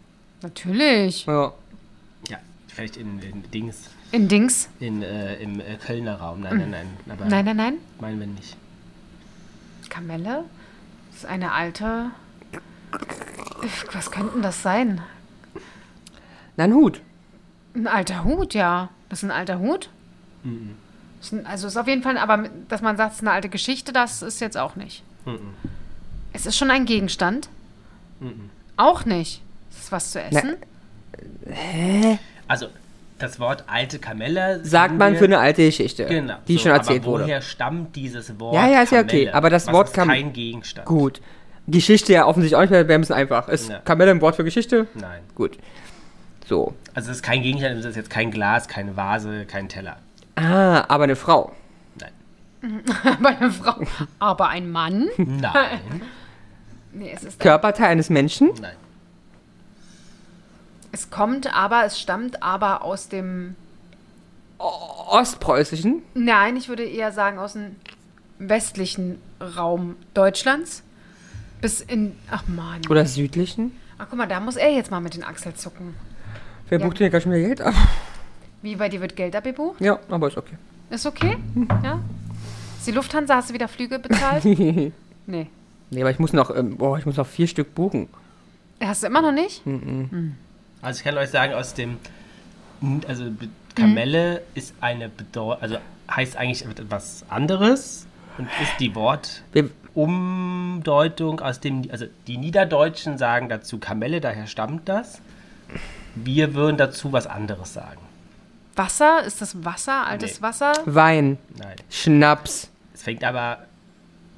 Natürlich.
Ja.
Ja, vielleicht in, in Dings,
In Dings.
in, äh, im äh, Kölner Raum. Nein, nein, nein. Aber
Mhm. Nein, nein, nein.
meinen wir nicht.
Kamelle. Das ist eine alte. Was könnte denn das sein?
Na, ein Hut.
Ein alter Hut, ja. Das ist ein alter Hut.
Mm,
Ist ein- Also ist auf jeden Fall, aber dass man sagt, es ist eine alte Geschichte, das ist jetzt auch nicht.
Mm,
Es ist schon ein Gegenstand.
mm.
Auch nicht. Ist es was zu essen? <laughs>
Also das Wort alte Kamelle
Sagt
sagen
man
wir-
für eine alte Geschichte,
Genau.
die
So,
schon erzählt
aber
wurde.
Woher stammt dieses Wort?
Ja, ja, ist ja okay,
Kamelle?
aber das
Was
Wort
ist
Kam-
kein Gegenstand.
Gut. Geschichte ja offensichtlich auch nicht mehr, wir müssen einfach. Ist
Ja.
Kamelle ein Wort für Geschichte?
Nein.
Gut. So.
Also es ist kein Gegenstand, es ist jetzt kein Glas, keine Vase, kein Teller.
Ah, aber eine Frau.
Nein.
Bei einer Frau. Aber ein Mann? <laughs>
Nein.
Nee, es ist
Körperteil eines Menschen?
nein.
Es kommt aber, es stammt aber aus dem.
Ostpreußischen?
Nein, ich würde eher sagen, aus dem westlichen Raum Deutschlands. Bis in. Ach man.
Oder südlichen?
Ach guck mal, da muss er jetzt mal mit den Achseln zucken.
Wer
Ja.
bucht denn hier gerade schon wieder Geld ab?
Wie bei dir wird Geld abgebucht?
Ja, aber ist okay.
Ist okay?
Hm.
Ja? Ist die Lufthansa, hast du wieder Flüge
<laughs>
bezahlt? nee.
Nee, aber ich muss noch, ähm, boah, ich muss noch vier Stück buchen.
Hast du immer noch nicht?
Hm.
Also ich kann euch sagen, aus dem, also Be- Kamelle ist eine Bedeutung, also heißt eigentlich etwas anderes und ist die
Wir,
Wortumdeutung aus dem, also die Niederdeutschen sagen dazu Kamelle, daher stammt das. Wir würden dazu was anderes sagen.
Wasser? Ist das Wasser? Altes
Nee.
Wasser?
Wein,
Nein.
Schnaps,
Es fängt aber,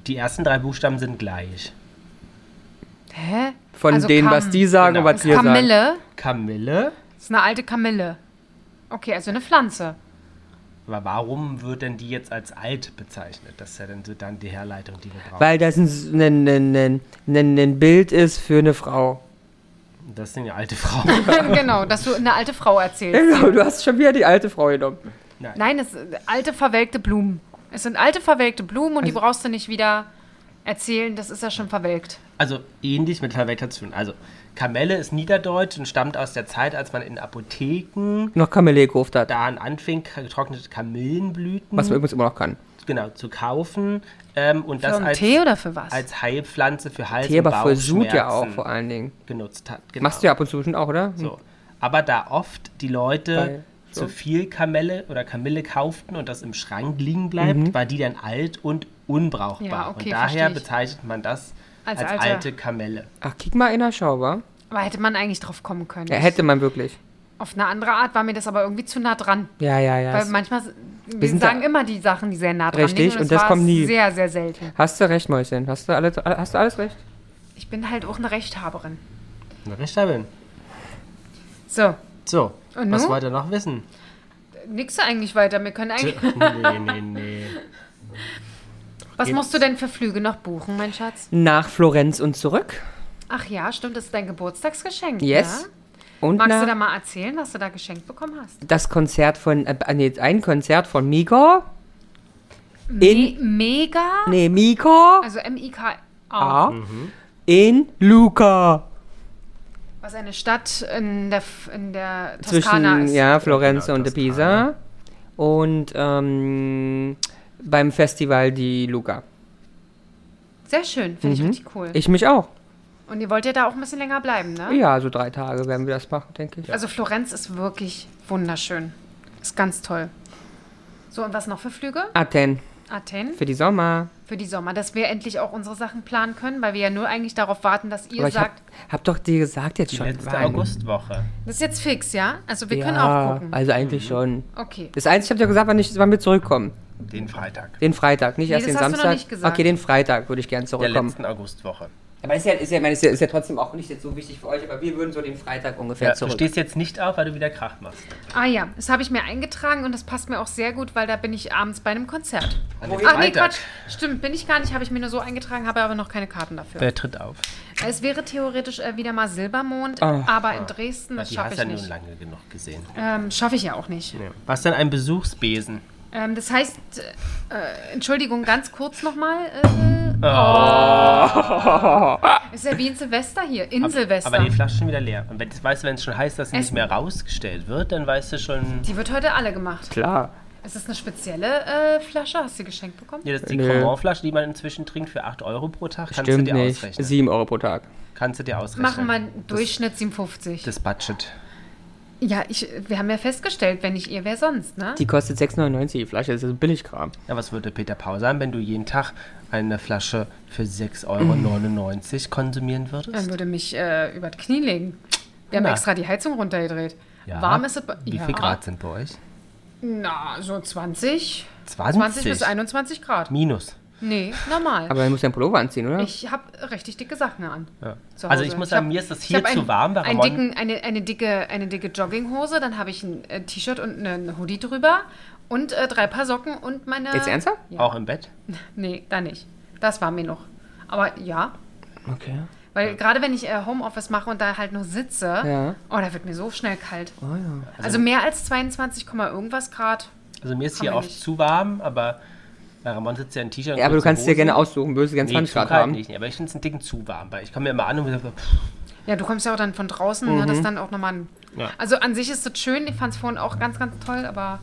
die ersten drei Buchstaben sind gleich.
Hä?
von
Also
denen,
Kam-
was die sagen
Genau.
und was
Ist
wir sagen.
Kamille?
Kamille,
Ist eine alte Kamille. Okay, also eine Pflanze. <laughs>
aber warum wird denn die jetzt als alt bezeichnet? Das ist ja dann, so dann die Herleitung, die wir brauchen.
Weil das ein, S- ein, ein, ein, ein, ein Bild ist für eine Frau. <laughs>
das sind ja alte Frauen.
genau, dass du eine alte Frau erzählst.
Genau, du hast schon wieder die alte Frau genommen.
Nein, es sind alte verwelkte Blumen. Es sind alte verwelkte Blumen
Also
und die brauchst du nicht wieder erzählen, das ist ja schon verwelkt.
Also ähnlich mit Verwechslung zu tun. Also Kamelle ist niederdeutsch und stammt aus der Zeit, als man in Apotheken
Noch Kamille gekauft hat,
daran anfing, ka- getrocknete Kamillenblüten
Mhm.
was man übrigens immer noch kann.
genau, zu kaufen ähm, und
Für
das
einen
als,
Tee oder für was?
als Heilpflanze für Hals-
Tee,
und
aber für Sud ja auch
Also Bauchschmerzen
vor allen Dingen.
genutzt hat. Genau.
Machst du ja ab und zu schon auch, oder?
So. Aber da oft die Leute
Bei-
zu viel Kamelle oder Kamille kauften und das im Schrank liegen bleibt,
Mhm.
war die dann alt und unbrauchbar.
Ja, okay,
und daher
versteh ich.
bezeichnet man das als,
Als alte.
alte Kamelle.
Ach, kick mal in der Schau, wa?
aber hätte man eigentlich drauf kommen können.
Ja, hätte man wirklich.
Auf eine andere Art war mir das aber irgendwie zu nah dran.
Ja, ja, ja.
Weil
es-
manchmal, s- wir
sind
sagen
da-
immer die Sachen, die sehr nah dran
Richtig,
liegen
und das
war
kommt nie.
sehr, sehr selten.
Hast du recht, Mäuschen. Hast du alles, hast du alles recht?
Ich bin halt auch eine Rechthaberin.
Na, recht haben.
So,
So,
Und
was
nun?
wollt ihr noch wissen?
nix eigentlich weiter. Wir können eigentlich...
<laughs> nee, nee, nee.
Was musst du denn für Flüge noch buchen, mein Schatz?
Nach Florenz und zurück.
Ach ja, stimmt, das ist dein Geburtstagsgeschenk,
Yes.
ja?
Und
Magst
nach
du da mal erzählen, was du da geschenkt bekommen hast?
das Konzert von, äh, nee, ein Konzert von Miko. In,
Me Mega?
nee, Miko.
Also M-I-K-A.
A. In Luca.
Was eine Stadt in der, F- in der
Zwischen,
Toskana ist.
ja, Florenz
Genau,
und
Toskana.
Pisa. und ähm, beim Festival die Luca.
Sehr schön, finde ich richtig cool.
Mhm. Ich mich auch.
Und ihr wollt ja da auch ein bisschen länger bleiben, ne?
Ja, so drei Tage werden wir das machen, denke ich.
Also Florenz ist wirklich wunderschön. Ist ganz toll. So, und was noch für Flüge?
Athen
Athen
Ah, für die Sommer.
für die Sommer, dass wir endlich auch unsere Sachen planen können, weil wir ja nur eigentlich darauf warten, dass ihr
Aber ich hab,
sagt,
hab doch dir gesagt jetzt schon.
Letzte
wann.
Augustwoche.
das ist jetzt fix, ja? Also wir
ja,
können auch gucken.
Also eigentlich schon.
Okay.
Das Einzige, ich habe dir gesagt, wann, ich, wann wir zurückkommen.
Den Freitag.
Den Freitag, nicht
Nee,
erst
das
den
hast du noch
Samstag.
nicht gesagt.
Okay, den Freitag würde ich gerne
Der
zurückkommen.
letzten Augustwoche.
Aber ist ja, ist, ja, ich meine, ist, ja, ist ja trotzdem auch nicht jetzt so wichtig für euch, aber wir würden so den Freitag ungefähr
Ja, du
zurück.
stehst jetzt nicht auf, weil du wieder Krach machst.
Ah ja, das habe ich mir eingetragen und das passt mir auch sehr gut, weil da bin ich abends bei einem Konzert.
An
Ach
dem
Oh, nee,
Freitag.
Quatsch. Stimmt, bin ich gar nicht, habe ich mir nur so eingetragen, habe aber noch keine Karten dafür.
Wer tritt auf?
Es wäre theoretisch äh, wieder mal Silbermond,
Ah.
aber in Dresden, das
die
schaffe
hast
ich
ja nun
nicht.
lange genug gesehen.
Ähm, schaffe ich ja auch nicht.
Was denn ein Besuchsbesen?
Ähm, das heißt, äh, Entschuldigung, ganz kurz nochmal. Äh, oh. Ist ja wie in Silvester hier, in Silvester.
Ah. Aber die Flaschen wieder leer. Und wenn, weißt du, wenn es schon heißt, dass sie nicht mehr rausgestellt wird, dann weißt du schon.
Die wird heute alle gemacht.
Klar.
Ist das eine spezielle äh, Flasche? Hast du geschenkt bekommen?
Ja, das ist die
Nö.
Cremant-Flasche, die man inzwischen trinkt für 8 Euro pro Tag. Kannst
Stimmt
du dir
nicht.
ausrechnen.
7 Euro pro Tag.
Kannst du dir ausrechnen.
Machen wir einen Durchschnitt 7,50.
Das Budget.
Ja, ich, wir haben ja festgestellt, wenn nicht ihr, wer sonst, ne?
Die kostet 6,99 die Flasche, das ist ein Billigkram.
Ja, was würde Peter Paul sagen, wenn du jeden Tag eine Flasche für 6,99 Euro konsumieren
Dann
würdest?
würde mich äh, über die Knie legen. Wir haben
Na.
extra die Heizung runtergedreht.
Ja.
Warm ist es bei-
Wie
ja.
viel Grad sind bei euch?
Na, so 20.
20?
20 bis 21 Grad.
Minus.
Nee, normal.
Aber man muss ja einen Pullover anziehen, oder?
Ich habe richtig dicke Sachen an.
Ja.
zu
Also
Hause.
ich muss
hab-
sagen, mir ist das
ich
hier
hab ein-
zu warm. Bei
einen
Ramon-
dicken, eine, eine, dicke, eine dicke Jogginghose, dann habe ich ein äh, T-Shirt und eine, eine Hoodie drüber und äh, drei Paar Socken und meine...
Jetzt ernsthaft?
Auch im Bett?
Nee, da nicht. Das war mir noch. Aber ja,
Okay.
weil gerade wenn ich äh, Homeoffice mache und da halt nur sitze,
Ja.
oh, da wird mir so schnell kalt.
Oh ja.
Also mehr als 22, Komma irgendwas Grad.
Also mir ist
Haben
hier
wir
oft
nicht.
zu warm, aber bei Ramon sitzt ja in T-Shirt. und
ja aber du
kurzen
kannst dir gerne
Hosen.
aussuchen, würdest du gerne 20
zu
Grad
kalt
haben.
halt Nicht, aber ich finde es einen dicken zu warm, weil ich komme mir immer an und mir so, pff,
Ja, du kommst ja auch dann von draußen, ne,
Mhm.
das ist dann auch nochmal ein...
Ja.
Also an sich ist das schön, ich fand es vorhin auch ganz, ganz toll, aber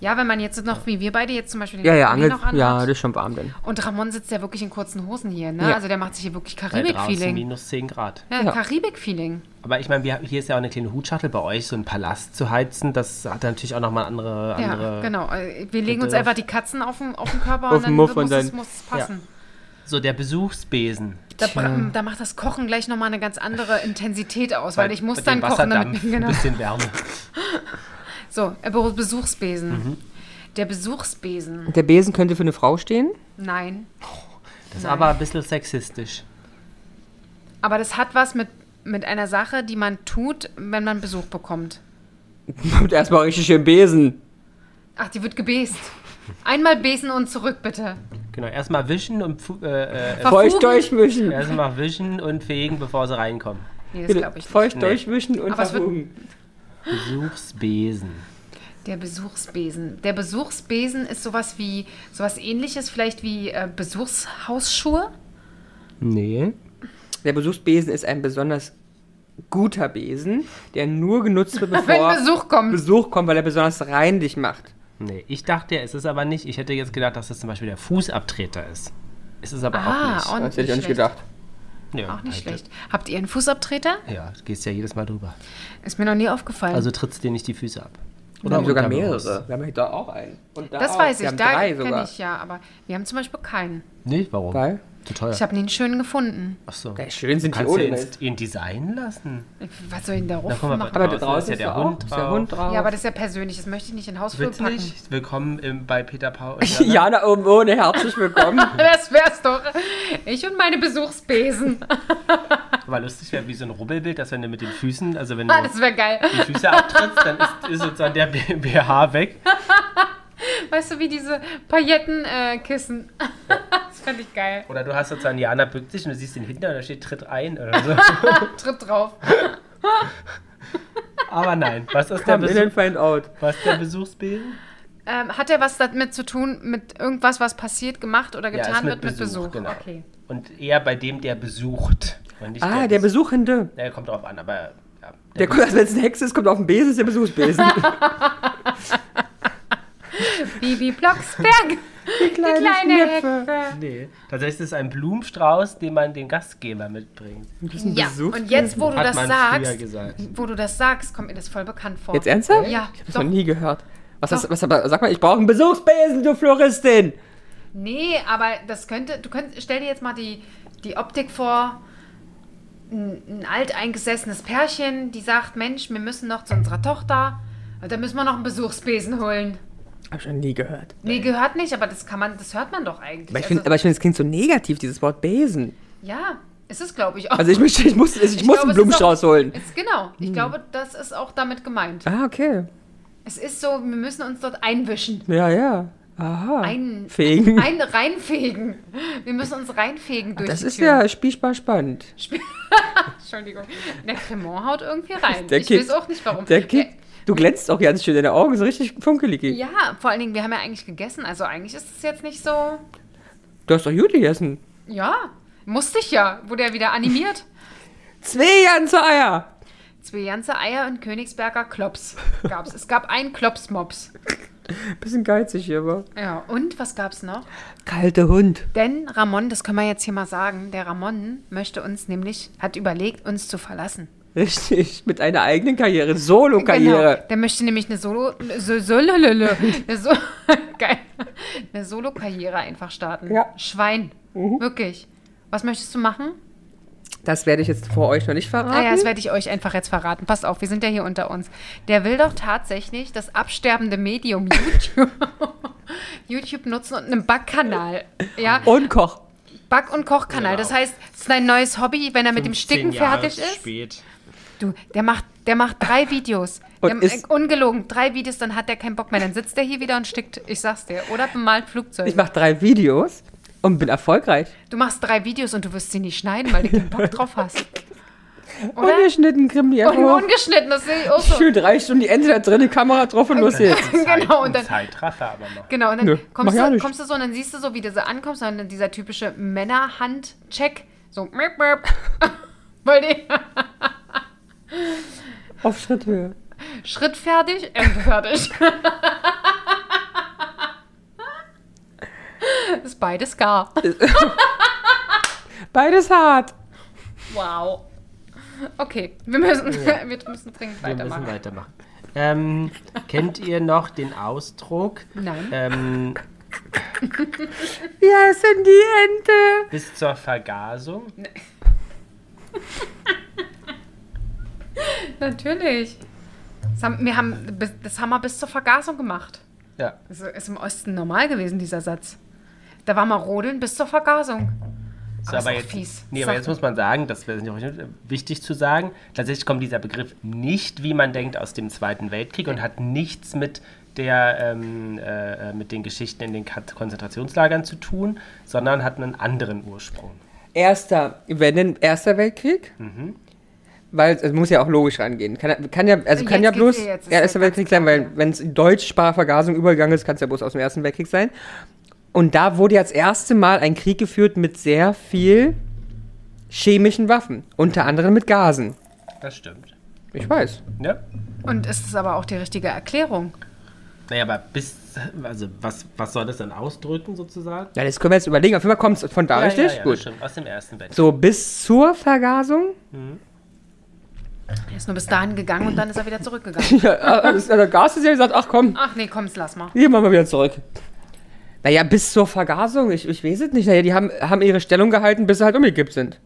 ja, wenn man jetzt noch, wie wir beide jetzt zum Beispiel den
Ja, ja,
Pulli
Angel,
noch anhat.
ja, das ist schon warm denn.
Und Ramon sitzt ja wirklich in kurzen Hosen hier, ne?
Ja.
Also der macht sich hier wirklich
bei draußen
Karibik-Feeling.
minus 10 Grad.
Ja,
Ja.
Karibik-Feeling.
Aber ich meine, wir- hier ist ja auch eine kleine Hutschachtel bei euch, so ein Palast zu heizen, das hat natürlich auch nochmal andere, andere...
Ja, genau. Äh, Wir legen uns
Bitte.
einfach die Katzen auf den, auf den Körper
Auf
und
den
dann
Muff
muss,
und
es,
dann-
muss es passen.
So der Besuchsbesen.
Da, bra- da macht das Kochen gleich nochmal eine ganz andere Intensität aus, weil, ich muss
mit
dann
dem
kochen, damit <laughs>
Wasserdampf,
genau.
ein bisschen Wärme.
So, äh, Be- Besuchsbesen.
Mhm.
Der Besuchsbesen.
Der Besen könnte für eine Frau stehen. <laughs>
Nein.
Das ist aber ein bisschen sexistisch.
Aber das hat was mit, mit einer Sache, die man tut, wenn man Besuch bekommt.
Und erstmal richtig schön Besen.
Ach, die wird gebest. Einmal besen und zurück, bitte.
Genau, erstmal wischen und pfu- äh, äh,
Feucht
Verfugen.
durchmischen.
erstmal wischen und fegen, bevor sie reinkommen.
Nee, das glaube ich nicht.
Feucht
Nee.
durchmischen und
Aber es wird-
verfugen.
Besuchsbesen.
Der Besuchsbesen. Der Besuchsbesen ist sowas wie sowas ähnliches, vielleicht wie äh, Besuchshausschuhe.
Nee.
Der Besuchsbesen ist ein besonders guter Besen, der nur genutzt wird,
<laughs> Wenn
bevor
Besuch kommt.
Besuch kommt, weil er besonders rein dich macht.
Nee, ich dachte, es ist aber nicht. Ich hätte jetzt gedacht, dass das zum Beispiel der Fußabtreter ist. Es ist aber
Ah, auch
auch nicht.
nicht
Das hätte ich auch nicht
schlecht.
gedacht.
Nee,
Auch nicht
halt,
schlecht. Habt ihr einen Fußabtreter?
Ja, du gehst ja jedes Mal drüber.
Ist mir noch nie aufgefallen.
Also trittst dir nicht die Füße ab.
Wir haben sogar
unterbewusst.
mehrere. Wir haben hier da auch einen. Und da
das
auch.
weiß
Wir
ich,
haben
da
drei
kenne
sogar.
ich ja, aber wir haben zum Beispiel keinen.
Nee, warum?
Weil?
Zu teuer.
Ich habe nie einen schönen gefunden.
Ach so.
Ja, schön
Du
sind die halt.
kannst ja
ohne.
ihn,
Mist.
ihn design lassen.
Was soll ich denn da
Na, guck mal,
rummachen?
Aber da
Draußen
draußen
ist
ist
ja
ja
der Hund
Ist der
drauf.
Hund drauf.
Ja, aber das ist ja persönlich, das möchte ich nicht in den Hausflur
Willst du
packen.
nicht? Willkommen im, bei Peter Paul. und
<laughs>
Jana.
Jana oben ohne, herzlich
<laughs>
willkommen.
<laughs> Das wär's doch. Ich und meine
<laughs>
Besuchsbesen.
Aber lustig wäre wie so ein Rubbelbild, dass wenn du mit den Füßen, also wenn du
Ah, das wäre geil.
die Füße abtrittst, dann ist, ist sozusagen der B- BH weg.
Weißt du, wie diese Paillettenkissen. Äh, <laughs> das fand ich geil.
Oder du hast sozusagen Jana bückt sich und du siehst den hinten und da steht Tritt ein oder
<laughs>
so.
Tritt drauf.
Aber nein, was ist der,
Come in
Besuch,
and find out.
was ist der Besuchsbesen?
Ähm, hat er was damit zu tun, mit irgendwas, was passiert, gemacht oder
Ja,
getan
ist mit
wird mit
Besuch,
Besuch?
genau.
Okay.
Und eher bei dem, der besucht. Und nicht
Ah, der
Besuch.
Besuchende.
Der kommt drauf an, aber ja.
<laughs>
Der kommt, also wenn es eine Hexe ist, kommt auf den Besen, ist der Besuchsbesen.
Bibi Blocksberg. Die kleine,
Knöpfe. Nee, tatsächlich ist es ein Blumenstrauß, den man dem Gastgeber mitbringt.
Ja,
Besuch.
und jetzt, wo du
Hat
das
man früher
sagst,
gesagt.
wo du das sagst, kommt mir das voll bekannt vor.
Jetzt ernsthaft?
Ja,
Ich hab das
doch.
noch nie gehört. Was, das, was aber, sag mal, ich brauche einen Besuchsbesen, du Floristin!
Nee, aber das könnte, du könntest, stell dir jetzt mal die, die Optik vor, ein, ein alteingesessenes Pärchen, die sagt, Mensch, wir müssen noch zu unserer Tochter, da müssen wir noch einen Besuchsbesen holen.
Hab ich noch nie gehört.
Nee, gehört nicht, aber das kann man, das hört man doch eigentlich.
Aber ich
Also,
finde, aber ich find, es klingt so negativ, dieses Wort Besen.
ja, es ist, glaube ich, auch.
Also ich, möchte, ich muss, ich muss
glaube,
einen
es ist
Blumenstrauß
auch,
holen. Hm.
Es, genau, ich glaube, das ist auch damit gemeint.
Ah, okay.
Es ist so, wir müssen uns dort einwischen.
Ja, ja. Aha.
Ein-
<laughs> Fegen.
Ein, reinfegen. Wir müssen uns reinfegen durch
Ah, das
die
ist
Tür.
ja spielbar spannend.
Entschuldigung. Der Cremant haut irgendwie rein.
Der
ich
kippt.
weiß auch nicht warum.
Der kippt. Du glänzt auch ganz schön, deine Augen sind richtig funkelig.
Der- Ja, vor allen Dingen, wir haben ja eigentlich gegessen. Also eigentlich ist es jetzt nicht so.
Du hast doch gut gegessen.
Ja, musste ich ja. Wurde ja
<laughs>
wieder animiert.
Zwei ganze Eier.
Zwei ganze Eier und Königsberger Klops gab's. Es gab einen Klopsmops.
Bisschen geizig hier, aber.
Ja, und was gab's noch?
Kalte Hund.
Denn Ramon, das können wir jetzt hier mal sagen, der Ramon möchte uns nämlich, hat überlegt, uns zu verlassen.
Richtig, mit einer eigenen Karriere, Solo-Karriere.
Genau. Der möchte nämlich eine Solo, so, so, lülülü. eine, so, <laughs> Geil. eine Solo-Karriere einfach starten.
Ja.
Schwein, wirklich. Was möchtest du machen? Genau.
Das werde ich jetzt vor euch noch nicht verraten.
Naja, das werde ich euch einfach jetzt verraten. Passt auf, wir sind ja hier unter uns. Der will doch tatsächlich das absterbende Medium YouTube, <laughs> YouTube nutzen und einen Backkanal. Ja,
Und Koch.
Back- und Kochkanal. Das heißt, es ist ein neues Hobby, wenn er mit dem
15
Sticken
Jahre
fertig ist. <laughs>
Spät.
Du, der macht, der macht
<laughs>
drei Videos.
Und
der,
ist-
äh, ungelogen, drei Videos, dann hat der keinen Bock mehr. Dann sitzt der hier wieder und stickt, ich sag's dir. Oder bemalt Flugzeuge.
Ich mache drei Videos und bin erfolgreich.
du machst drei Videos und du wirst sie nicht schneiden, weil du keinen Bock
<laughs>
drauf hast. Oder? Oh,
Ungeschnitten, Oh. Grimm, die
Und
einfach hoch.
ungeschnitten, das sehe ich auch so.
Schön drei Stunden die Ente da drin, die Kamera drauf und los jetzt.
genau, und dann,
Zeitraffer aber noch.
genau, und dann
Nö, mach
kommst,
ja
du,
nicht.
kommst du so und dann siehst du so, wie du so ankommst, und dann dieser typische Männerhand-Check. So, miep, <laughs> miep. Weil die
Auf Schritthöhe.
Schritt fertig, Ende fertig. <laughs> ist beides gar.
Beides hart.
Wow. Okay, wir müssen, <laughs> wir müssen dringend
Wir müssen
weitermachen.
weitermachen. Ähm, kennt ihr noch den Ausdruck?
Nein.
Ähm,
Ja, es sind die Ente.
bis zur Vergasung?
Natürlich. Das haben, wir haben, das haben wir bis zur Vergasung gemacht.
Ja.
Das ist im Osten normal gewesen, dieser Satz. Da war mal Rodeln bis zur Vergasung.
Ist
Aber ist auch
jetzt,
fies.
Nee, aber
Sag-
jetzt muss man sagen, das wäre nicht auch wichtig zu sagen, tatsächlich kommt dieser Begriff nicht, wie man denkt, aus dem Zweiten Weltkrieg und hat nichts mit der ähm, äh, äh, mit den Geschichten in den Kat- Konzentrationslagern zu tun, sondern hat einen anderen Ursprung.
Erster, wenn denn Erster Weltkrieg? Weil es also muss ja auch logisch rangehen. Kann, kann ja, also
Jetzt
kann ja
geht's
bloß
hier, jetzt ist
ja, Erster
der
Weltkrieg
ganz
sein,
klar,
weil wenn es in deutschsprachige Vergasung übergegangen ist, kann es ja bloß aus dem Ersten Weltkrieg sein. Und da wurde ja das erste Mal ein Krieg geführt mit sehr viel chemischen Waffen, unter anderem mit Gasen.
Das stimmt.
Ich weiß.
Ja.
Und es ist aber auch die richtige Erklärung.
Naja, aber bis, also was, was soll das dann ausdrücken sozusagen?
Ja, das können wir jetzt überlegen. Auf jeden Fall kommt es von da,
Ja,
richtig?
Ja, ja, das
Gut.
stimmt, aus dem ersten Weltkrieg.
So, bis zur Vergasung?
Er ist nur bis dahin gegangen und dann ist er wieder
<laughs>
zurückgegangen.
<laughs> Ja, also Gas ist ja gesagt, ach komm,
Ach nee, komm, lass mal.
Hier machen wir wieder zurück. Naja, bis zur Vergasung, ich, ich weiß es nicht. Naja, die haben, haben ihre Stellung gehalten, bis sie halt umgekippt sind.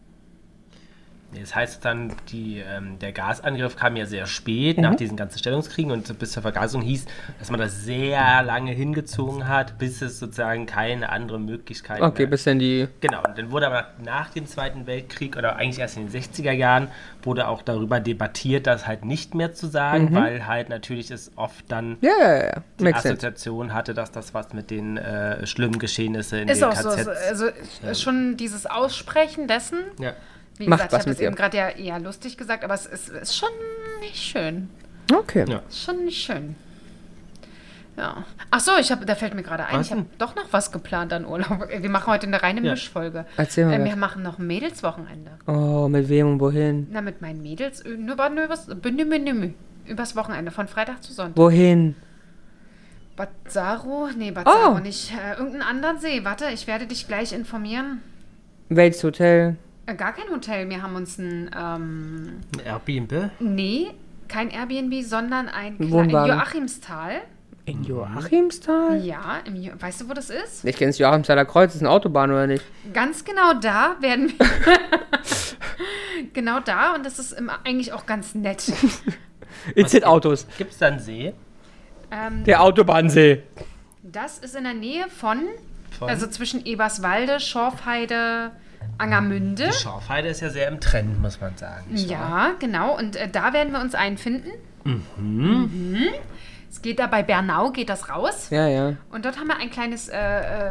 Nee, Das heißt dann, die, ähm, der Gasangriff kam ja sehr spät
Mhm.
nach diesen ganzen Stellungskriegen und bis zur Vergasung hieß, dass man das sehr lange hingezogen hat, bis es sozusagen keine andere Möglichkeit
Okay,
mehr
bis dann die.
Genau, und dann wurde aber nach dem Zweiten Weltkrieg oder eigentlich erst in den 60er Jahren wurde auch darüber debattiert, das halt nicht mehr zu sagen, weil halt natürlich es oft dann
Mhm. Ja, ja, ja.
die
Makes sense.
Assoziation hatte, dass das was mit den äh, schlimmen Geschehnissen in
Ist
den
auch so.
KZs.
so- Also schon dieses Aussprechen dessen,
ja.
wie
Macht
gesagt,
was
ich habe
mit
es
dir.
eben gerade ja eher lustig gesagt, aber es ist, ist schon nicht schön.
Okay.
Ja.
Schon nicht schön. Ja. Ach so, ich habe, da fällt mir gerade ein,
Was
ich habe doch noch was geplant an Urlaub. <laughs> Wir machen heute eine reine
Ja.
Mischfolge.
Erzähl mal
Äh,
was.
wir machen noch ein Mädelswochenende.
Oh, mit wem und wohin?
Na, mit meinen Mädels äh, nur über übers, übers Wochenende, von Freitag zu Sonntag.
Wohin?
Bazzaro? Nee, Bazzaro
Oh.
nicht. Äh, irgendeinen anderen See. Warte, ich werde dich gleich informieren.
Welches Hotel?
Äh, gar kein Hotel. Wir haben uns ein, ähm,
Airbnb?
nee, kein Airbnb, sondern ein Kle-
Wohnwagen.
in Joachimsthal.
In Joachimsthal?
Ja, im jo weißt du, wo das ist?
Ich kenne das Joachimsthaler Kreuz, ist eine Autobahn oder nicht?
Ganz genau da werden wir. <laughs> genau da und das ist immer eigentlich auch ganz nett.
It's it Autos.
Gibt es da einen See?
Ähm,
Der Autobahnsee.
das ist in der Nähe von,
Von?
also zwischen Eberswalde, Schorfheide, Angermünde.
Schorfheide ist ja sehr im Trend, muss man sagen. nicht wahr?
Ja, genau. Und äh, da werden wir uns einfinden. Mhm. Es geht da bei Bernau, geht das raus.
Ja, ja.
Und dort haben wir ein kleines äh,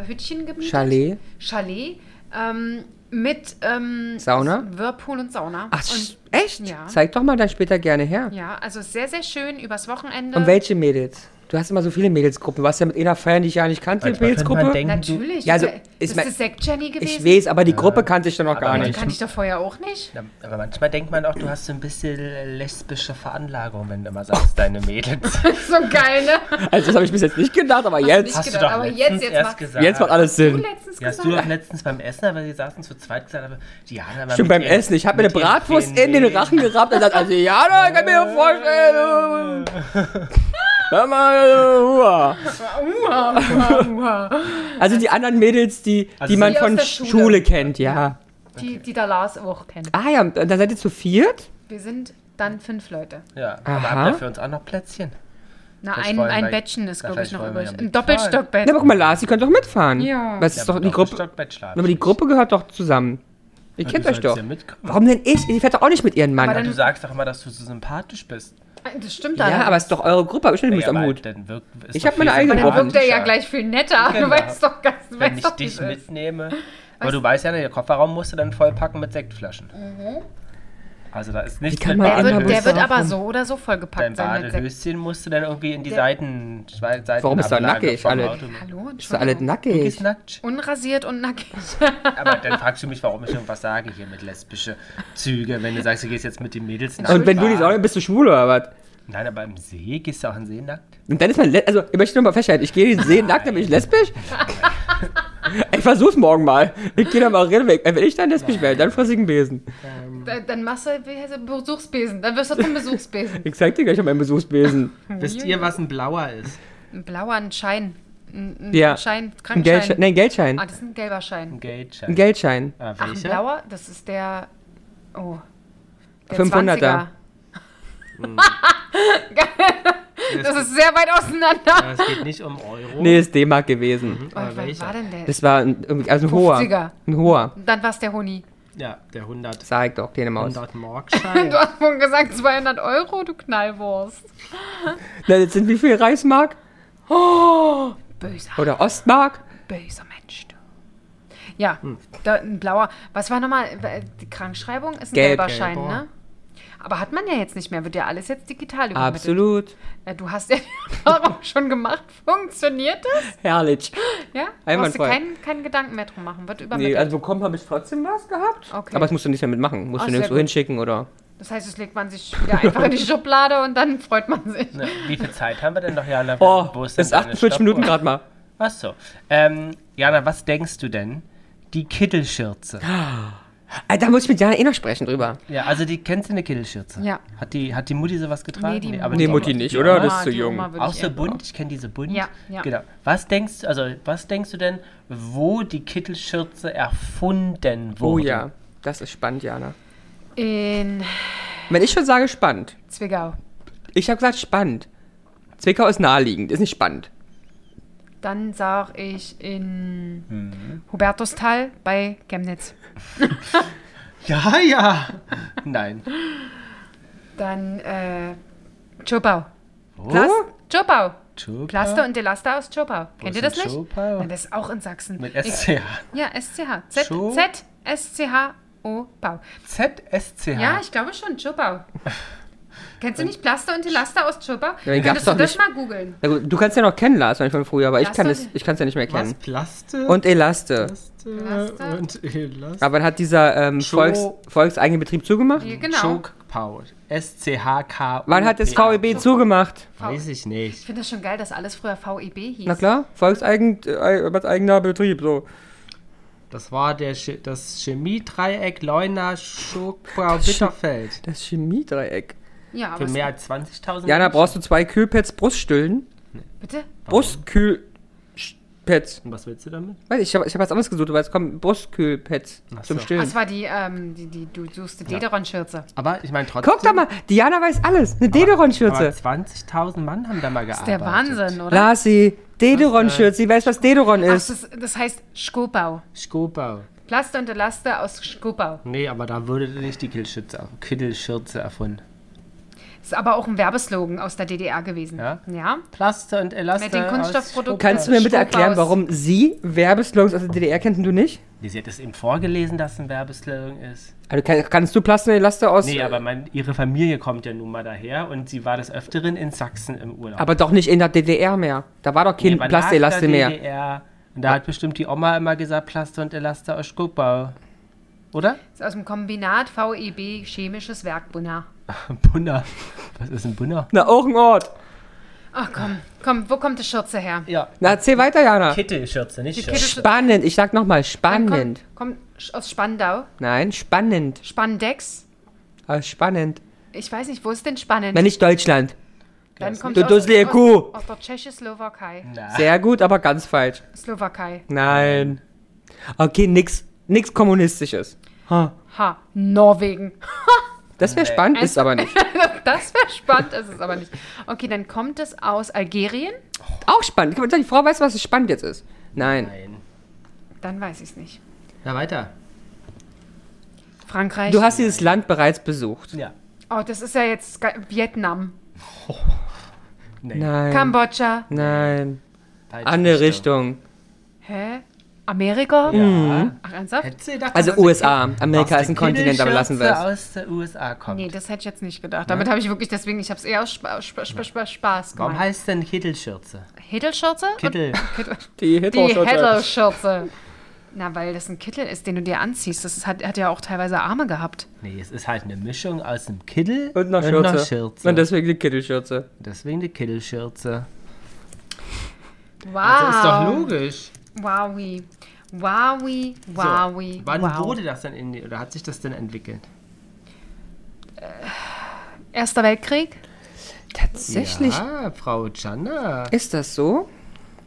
äh, Hütchen gemietet.
Chalet.
Chalet. Ähm, mit ähm,
Sauna?
Whirlpool und Sauna.
Ach,
und,
echt?
ja.
Zeig doch mal dann später gerne her.
ja, also sehr, sehr schön übers Wochenende.
Und welche Mädels? Du hast immer so viele Mädelsgruppen. Du warst ja mit einer feiern, die ich ja nicht kannte,
Manchmal könnte man
Mädelsgruppe.
denken,
Natürlich.
Ja, also,
das
ist
ist
mein-
das Sekt Jenny
Ich
gewesen?
weiß, aber die Gruppe kannte ich dann noch gar
Äh, aber
Die
nicht.
kannte ich da vorher
<laughs>
auch nicht.
Na, Aber manchmal denkt man auch, du hast so ein bisschen lesbische Veranlagung, wenn du immer sagst, deine
<laughs>
Mädels.
So geil, ne?
Also das habe ich bis jetzt nicht gedacht, aber jetzt,
Also nicht- gedacht, aber jetzt-
letztens
jetzt
erst
macht's-
gesagt.
jetzt macht alles
Du
Sinn.
letztens
Ja, hast du
gesagt.
doch letztens beim Essen, weil sie saßen zu zweit gesagt, aber Diana war
Stimmt,
mit
beim
ihren-
Essen. Ich habe mir
mit
eine
ihren
Bratwurst in
Zähnen
den
weh.
Rachen gerappt und gesagt, also ja, da kann mir vorstellen. Hör mal, uah.
Uha, uha, uha.
Also die anderen Mädels, die,
Also
die man
die aus
von
der
Schule.
Schule
kennt, ja.
Die, die da Lars auch kennt.
Ah ja, und dann seid ihr zu viert?
Wir sind dann fünf Leute.
Ja, aber
Aha.
habt ihr für uns auch noch Plätzchen?
Na,
Das
ein,
wollen
ein
wir-
Bettchen ist,
das
glaube ich,
heißt,
noch
wollen wir
übrig.
ja
Ein
mit
Doppelstockbett.
Ja, aber guck mal, Lars, ihr könnt doch mitfahren.
Ja.
Was
Ja,
ist doch
aber
die Gruppe?
Stockbett schlafen.
Aber die Gruppe gehört doch zusammen. Ihr
Ja,
kennt
du
euch
sollst
doch.
ja mitkommen.
Warum denn ich? Ihr fährt doch auch nicht mit ihren Mann.
Aber
Du
dann-
sagst doch immer, dass du so sympathisch bist.
Das stimmt
ja, aber es ist doch eure Gruppe, hab ich nicht
Ja,
am
aber
Mut.
dann wirkt- ist
Ich
doch
hab meine
viel
eigene
dann
Gruppe.
wirkt er ja
sympathischer,
gleich viel netter. <laughs> Du
Genau.
weißt doch ganz, du
Wenn
weißt
ich
doch, wie
dich
es ist.
mitnehme. Aber du weißt ja, der Kofferraum musst du dann vollpacken mit Sektflaschen. Also da ist nichts
kann man
mit
Der
Andere
wird, der
Busfahrer
wird aber
fahren.
so oder so vollgepackt
Dein
sein mit Sekt.
Badehöschen musst du dann irgendwie in die
Der-
Seiten, Schwe- Seiten.
Warum ist da nackig, alle?
Hallo,
Ist doch alle
Entschuldigung.
nackig.
Ist nackt.
Unrasiert und nackig.
Aber dann fragst du mich, warum ich irgendwas sage hier mit lesbische Züge, wenn du sagst, du gehst jetzt mit den Mädels nackt.
Und wenn du die Säule bist du schwul oder was?
Nein, aber im See gehst du auch in den See nackt.
Und dann ist man, le- also ich möchte nur mal festhalten, ich gehe in den See nackt, dann bin ich <laughs> lesbisch. Ich versuch's morgen mal. Ich gehe da mal rein weg. Wenn ich dann lesbisch werde, dann fress ich einen Besen.
Mhm.
Da- Dann machst du wie heißt er, Besuchsbesen. Dann wirst du zum Besuchsbesen.
Ich zeig dir gleich meinen Besuchsbesen.
Hm. Wisst ihr, was ein blauer ist?
Ein blauer ein Schein. Ein, ein
Ja.
Schein,
Ein
Krankenschein.
Geldschein. Nein, Geldschein.
Ah, das ist ein gelber Schein.
Ein Geldschein.
Ein Geldschein.
Ah,
Ach, ein
welcher?
blauer? Das ist der. Oh. Der
500er.
Hm.
20er. Geil. <laughs> das ist sehr weit auseinander.
Aber Es geht nicht um Euro.
Nee, ist D-Mark gewesen.
Oh,
aber
was
welcher?
war denn der?
Das war ein, irgendwie- also ein hoher.
50er.
Ein hoher.
Dann war es der Honi.
Ja, der 100,
Sag doch, kleine Maus.
100
Du
Markschein.
hast vorhin gesagt 200 Euro, du Knallwurst.
Na, jetzt sind wie viel Reichsmark?
Böser,
Oder Ostmark?
böser Mensch, du. Ja,
Hm.
da, ein blauer. Was war nochmal? äh, Die Krankschreibung ist ein
Gelb,
gelber Schein,
gelber.
ne? Aber hat man ja jetzt nicht mehr. Wird ja alles jetzt digital übermittelt.
Absolut.
Ja, Äh, du hast ja die <laughs> Erfahrung schon gemacht. Funktioniert das?
Herrlich.
Ja? Musst du
Einwandfrei.
keinen, keinen Gedanken mehr drum machen. Wird
Nee,
übermittelt.
also bekommen habe ich trotzdem was gehabt.
Okay.
Aber das musst du nicht mehr mitmachen. Musst
Ah,
du
sehr
nirgendwo
gut.
hinschicken oder.
das heißt, es legt man sich wieder
<laughs>
einfach in die Schublade und dann freut man sich.
Ne, Wie viel Zeit haben wir denn noch, Jana?
Oh,
Wo
das
denn
ist
deine
48
Stoppuhr?
Minuten gerade mal.
Ach so. Ähm, Jana, was denkst du denn? Die Kittelschürze.
Ah, Da muss ich mit Jana eh noch sprechen drüber.
Ja, also die kennst du eine Kittelschürze?
Ja.
Hat die, hat die Mutti sowas getragen?
Nee, die
aber
Nee,
Oma-
Mutti nicht,
die
oder?
Oma-
Das ist zu
die
jung.
Oma würde
Auch
ich
so
eher-
bunt, ich kenne diese bunt.
Ja, ja.
Genau. Was denkst du, also was denkst du denn, wo die Kittelschürze erfunden
Oh
wurde?
ja, das ist spannend, Jana.
In
Wenn ich schon sage spannend,
Zwickau.
ich habe gesagt spannend. Zwickau ist naheliegend, ist nicht spannend.
Dann sag ich in
Mhm.
Hubertustal bei Chemnitz.
Ja, ja. Nein.
Dann äh, Chopau.
Wo?
Plast Chopau.
Chopau?
Plaste und Delaster aus Chopau. Kennt ihr das
ist denn
nicht?
Chopau?
Nein, das ist auch in Sachsen.
Mit
Ich-
SCH.
Ja, SCH. Z,
Cho-
Z S C H O Bau.
ZSCH.
Ja, ich glaube schon, Chopau. Kennst du nicht Plaster und Elaster aus Chopau?
den gab's
Könntest du
doch
das
nicht.
mal googeln?
Na gut, Du kannst ja noch kennen, Lars, manchmal früher, aber ich
Lars
kann
und-
es ich kann's ja nicht mehr
Was?
kennen.
Plaste?
Und Elaste.
Plaste und Elaste.
Aber dann hat dieser ähm,
Cho-
Volks, volkseigene Betrieb zugemacht?
Ja, genau.
Choke Schachpaut. S-C-H-K.
Wann hat das E VEB zugemacht?
Weiß ich
Ich
nicht.
finde das schon geil, dass alles früher VEB hieß.
Na klar, Volkseigen, äh, als eigener Betrieb, so.
Das war der Che- das Chemiedreieck Leuna Schokau Bitterfeld.
Das Chemiedreieck.
Ja, aber
Für
es-
mehr als 20.000
Jana,
Menschen.
brauchst du zwei Kühlpads Bruststillen?
bitte?
Brustkühlpads.
Und was willst du damit?
Weiß ich, ich habe ich hab was anderes gesucht, aber es kommen Brustkühlpads
Ach
zum
so.
Ah,
Stillen.
es war die, ähm, die, die du suchst die Dederon-Schürze.
Ah,
Aber ich meine trotzdem.
Guck doch mal, Diana weiß alles. Eine
Aber
Dederon-Schürze.
20.000 Mann haben da mal gearbeitet.
Der Wahnsinn, oder?
Lass sie. Dederon-Schürze, sie weiß, was Dederon
Ach,
ist.
das, das heißt Schkopau.
Schkopau.
Plaste und Elaste aus Schkopau.
Nee, aber da würde nicht die Kittelschürze, Kittelschürze erfunden.
Ist aber auch ein Werbeslogan aus der DDR gewesen.
Ja?
Ja.
Plaster und Elaster.
Mit den
aus
Kunststoffprodukten.
Kannst du mir bitte
Schmuck
erklären,
aus-
warum sie Werbeslogans aus der DDR kennt und du nicht?
Schkopau. Nee, Sie hat es eben vorgelesen, dass ein Werbeslogan ist.
Also kann- kannst du Plaster und Elaster aus...
Nee, aber mein, ihre Familie kommt ja nun mal daher und sie war des Öfteren in Sachsen im Urlaub.
aber doch nicht in der DDR mehr. Da war doch kein
Aber nach
Plaster und
der
Elaste mehr.
DDR, und da hat bestimmt die Oma immer gesagt, Plaster und Elaster aus Schkopau. Oder?
Ist aus dem Kombinat VEB Chemisches Werk Bunna.
Bunner. Was ist ein Bunner?
Na, auch ein Ort.
Ach komm, komm, wo kommt die Schürze her?
Ja.
Na, erzähl weiter, Jana.
Kittelschürze, nicht
Die
Schürze.
Kittelschürze-
Spannend, ich sag nochmal,
Dann
spannend.
Kommt, kommt sch- aus Spandau.
Nein, spannend.
Spandex.
Ah, spannend.
Ich weiß nicht, wo ist denn spannend?
Na, nicht Deutschland.
Dann kommt
Du
aus,
dusselige Kuh.
aus, aus der Tschechoslowakei.
Na,
Sehr gut, aber ganz falsch.
Slowakei.
Nein. Okay, nix, nix kommunistisches. Ha.
Ha, Norwegen. <laughs>
Das wäre spannend, ist aber nicht.
Das wäre spannend, ist es aber nicht. Okay, dann kommt es aus Algerien.
<laughs> Auch spannend. Guck mal, Die Frau weiß, was es spannend jetzt ist. Nein.
Nein.
Dann weiß ich es nicht.
Na weiter.
Frankreich.
Du hast dieses Land bereits besucht.
Ja.
oh, das ist ja jetzt ge- Vietnam.
Nein.
Kambodscha.
Nein.
Falsche
Andere Richtung.
Hä? Amerika?
Ja.
Ach, ernsthaft?
Hättest du gedacht,
Hm. Also
dass eine
USA.
Kittel-
Amerika
dass
ist ein
eine
Kontinent, aber lassen wir
Kittelschürze
es.
aus der USA kommt.
Nee, das hätte ich jetzt nicht gedacht. Damit habe ich wirklich, deswegen, ich habe es eher aus Spa Spa Spa Spa Spaß
Warum halt-
gemacht.
heißt denn Kittelschürze?
Hittelschürze?
Kittel.
Die
Die
Hitler-Schürze.
Hittelschürze. Na, weil das ein Kittel ist, den du dir anziehst. Das hat, hat ja auch teilweise Arme gehabt.
Nee, es ist halt eine Mischung aus einem Kittel
Und noch
einer
Schürze.
Schürze.
Und deswegen die Kittelschürze.
Deswegen die Kittelschürze.
Wow.
Das Also ist doch logisch.
Wowie. Wowie.
So,
Wowie.
wann
wow.
wurde das denn in die, oder hat sich das denn entwickelt?
Erster Weltkrieg?
Tatsächlich.
Ja, Frau Channa.
Ist das so?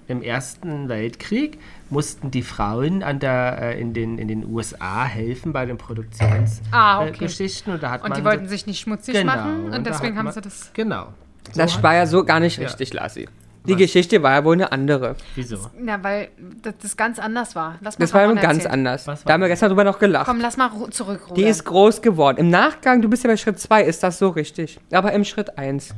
Im Ersten Weltkrieg mussten die Frauen an der, äh, in, den, in den USA helfen bei den Produktionsgeschichten.
Ah, okay.
und da hat
Und
man
die
so-
wollten sich nicht schmutzig machen und,
Genau, da
deswegen
hat
haben
man-
sie das.
Genau.
Das war ja so gar nicht richtig, Lassi. Die Geschichte war ja wohl eine andere.
Wieso?
Na, weil das, das ganz anders war. Lass mal
Das war
davon
nun ganz
erzählen.
anders.
Was
Da haben wir
war-
gestern drüber noch gelacht.
Komm, lass mal ru- zurückrudern.
Die ist groß geworden. Im Nachgang, du bist ja bei Schritt 2, ist das so richtig. Aber im Schritt 1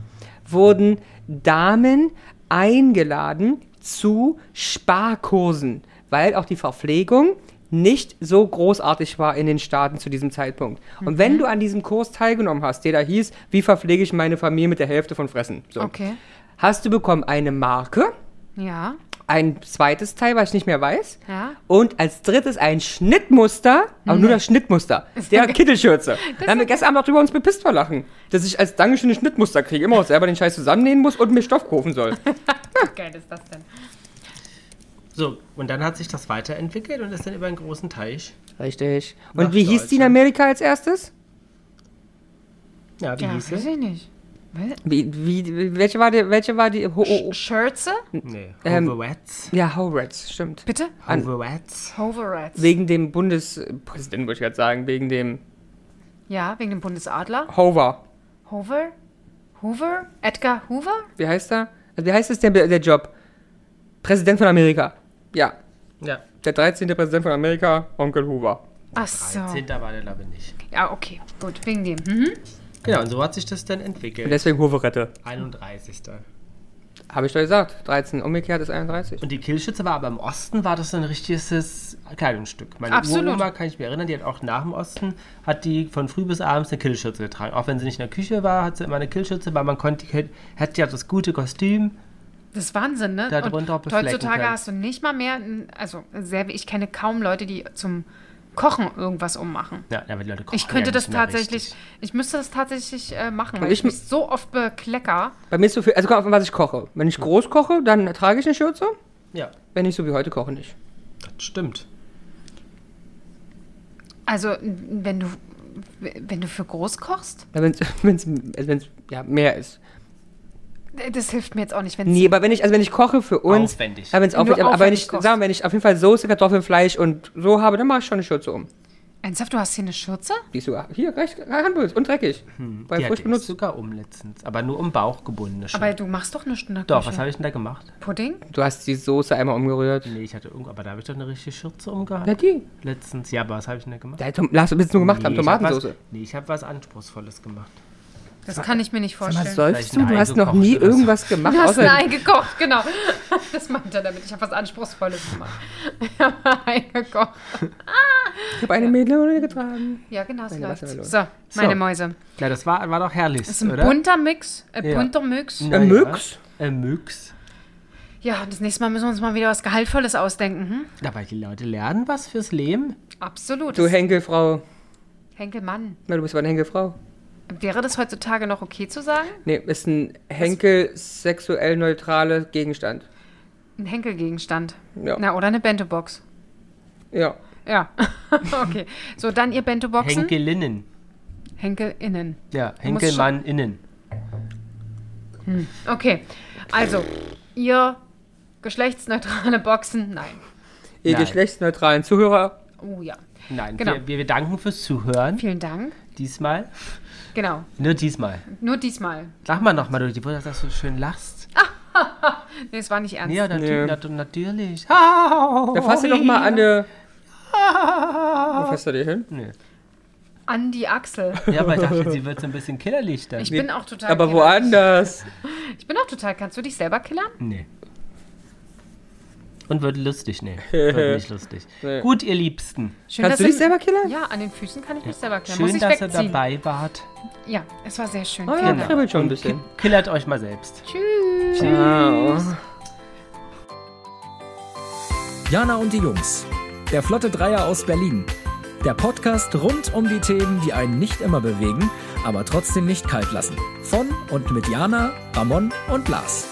wurden Damen eingeladen zu Sparkursen, weil auch die Verpflegung nicht so großartig war in den Staaten zu diesem Zeitpunkt. Und wenn du an diesem Kurs teilgenommen hast, der da hieß, wie verpflege ich meine Familie mit der Hälfte von Fressen, so,
Okay.
hast du bekommen eine Marke,
Ja.
ein zweites Teil, was ich nicht mehr weiß.
Ja.
Und als drittes ein Schnittmuster, aber nur das Schnittmuster, der Kittelschürze. Da haben wir gestern Abend noch drüber uns bepisst vor Lachen, dass ich als Dankeschön ein Schnittmuster kriege, immer noch selber den Scheiß zusammennähen muss und mir Stoff kaufen soll.
Wie geil ist das denn?
So, und dann hat sich das weiterentwickelt und ist dann über einen großen Teich.
Richtig.
Nach
Und wie hieß die in
Deutschland.
Amerika als erstes?
Ja, wie
Ja,
hieß
weiß
es?
ich nicht.
Wie, wie, welche war die, welche war die, ho, oh, oh.
Schürze?
Nee,
Ähm,
Hoverats.
ja, Howrats, stimmt.
Bitte?
an-
Hoverats.
Hoverats.
Wegen dem Bundespräsidenten, würde ich gerade sagen, wegen dem
Ja, wegen dem Bundesadler.
Hover.
Hover? Hoover? Edgar Hoover?
Wie heißt er? Also, wie heißt es der, der Job? Präsident von Amerika. Ja,
Ja,
Der 13. Präsident von Amerika, Onkel Hoover.
Ach so.
10. war der, glaube ich, nicht.
Ja, okay. Gut, wegen dem. Mhm.
Genau, und so hat sich das dann
Und
entwickelt.
deswegen Hoverette.
31.
Habe ich doch gesagt. 13 umgekehrt ist 31.
Und die Killschütze war aber im Osten, war das so ein richtiges Kleidungsstück. Meine
Absolut.
Uroma, kann ich mich erinnern, die hat auch nach dem Osten, hat die von früh bis abends eine Killschürze getragen. Auch wenn sie nicht in der Küche war, hat sie immer eine Killschürze, weil man konnte, die- hat ja das gute Kostüm.
Das ist Wahnsinn, ne?
Da
Und
drunter auch beflecken
heutzutage
können.
hast du nicht mal mehr, also sehr, ich kenne kaum Leute, die zum Kochen irgendwas ummachen.
Ja, aber die Leute kochen
Ich könnte
ja
das
nicht mehr
tatsächlich,
richtig.
ich müsste das tatsächlich äh, machen, weil
ich
ich
m-
mich so oft beklecker.
Bei mir ist so viel, also kommt auf an, was ich koche. Wenn ich groß koche, dann trage ich eine Schürze.
Ja,
Wenn ich so wie heute koche, nicht.
das stimmt.
Also, n- wenn du, wenn du für groß kochst,
Ja, <laughs> Wenn es also ja, mehr ist.
das hilft mir jetzt auch nicht, wenn
Nee, aber wenn ich, also wenn ich koche für uns.
Aufwendig.
Aber wenn es
Wenn du
aufwendig, aber wenn
aufwendig
ich,
kochst.
sagen, wir, wenn ich auf jeden Fall Soße, Kartoffeln, Fleisch und so habe, dann mache ich schon eine Schürze um.
Ernsthaft, du hast hier eine Schürze?
Die ist sogar hier, recht, handbewusst und dreckig. Weil
Hm, Die
frisch
hatte ich
benutzt.
sogar um letztens, aber nur um Bauch gebundene
Aber
Schuhe.
du machst doch eine Stunde
Doch, was habe ich denn da gemacht?
Pudding?
Du hast die Soße einmal umgerührt.
Nee, ich hatte irgendwo, aber da habe ich doch eine richtige Schürze umgehabt.
Na, die.
Letztens, ja, aber was habe ich denn da gemacht?
Da hätte Lars ein bisschen nur gemacht haben,
ich hab
Tomatensoße.
Was, nee, ich habe was Anspruchsvolles gemacht.
Das kann ich mir nicht vorstellen.
Was sollst
Vielleicht
du?
ein
Du
Ei
hast noch
gekocht
nie
oder so.
irgendwas gemacht,
Du hast ein
außer
Ei gekocht, genau. <laughs> Das meint er damit. Ich habe was Anspruchsvolles gemacht. Ich habe Ei gekocht.
ich habe eine Mädel getragen.
Ja, genau, so
Meine
läuft's.
Wassermelone.
So, meine
So.
Mäuse.
Ja, das war, war doch herrlich,
Das ist ein
oder?
bunter Mix. Äh,
Ja. Mhm.
bunter Mix.
Na
Ein
ja.
Müchs?
Ein Müchs.
Ja, das nächste Mal müssen wir uns mal wieder was Gehaltvolles ausdenken. Hm?
Aber die Leute lernen was fürs Leben.
Absolut.
Du Henkelfrau.
Henkelmann.
Na, du bist aber eine Henkelfrau.
Wäre das heutzutage noch okay zu sagen?
Nee, ist ein Henkel sexuell neutraler Gegenstand.
Ein Henkelgegenstand.
Ja.
Na, oder eine Bento-Box.
Ja.
Ja. <laughs> okay. So, dann ihr Bento-Boxen.
Henkelinnen.
Henkelinnen.
Ja,
musst
Henkelmann innen.
Okay. Also, ihr geschlechtsneutrale Boxen? Nein.
Ihr
Nein.
geschlechtsneutralen Zuhörer.
Oh ja.
Nein,
Genau.
wir, wir danken fürs Zuhören.
Vielen Dank.
Diesmal.
Genau.
Nur diesmal.
Nur diesmal.
Lach mal nochmal durch die Brille, dass du schön lachst.
Nee, es war nicht ernst.
Ja, natu
Nee.
natu natürlich.
Oh,
Au.
Da fass dir doch mal an der. Wo fasst du dir hin?
Nee.
An die Achsel.
Ja, aber ich dachte, sie wird so ein bisschen killerlich dann.
Ich bin auch total.
Aber
killer.
woanders.
Ich bin auch total. Kannst du dich selber killern?
Nee. Und wird
<laughs>
lustig, nee. Wird nicht lustig.
Nee.
Gut, ihr Liebsten.
Schön,
Kannst du dich
dass im-
selber killern?
Ja, an den Füßen kann ich mich selber killern. Muss
Schön,
ich
dass ihr
wegziehen.
dabei wart.
Ja, es war sehr schön.
Oh ja,
Vielen Dank.
kribbelt schon ein bisschen.
Killert euch mal selbst.
Tschüss.
Ciao.
Jana und die Jungs. Der Flotte Dreier aus Berlin. Der Podcast rund um die Themen, die einen nicht immer bewegen, aber trotzdem nicht kalt lassen. Von und mit Jana, Ramon und Lars.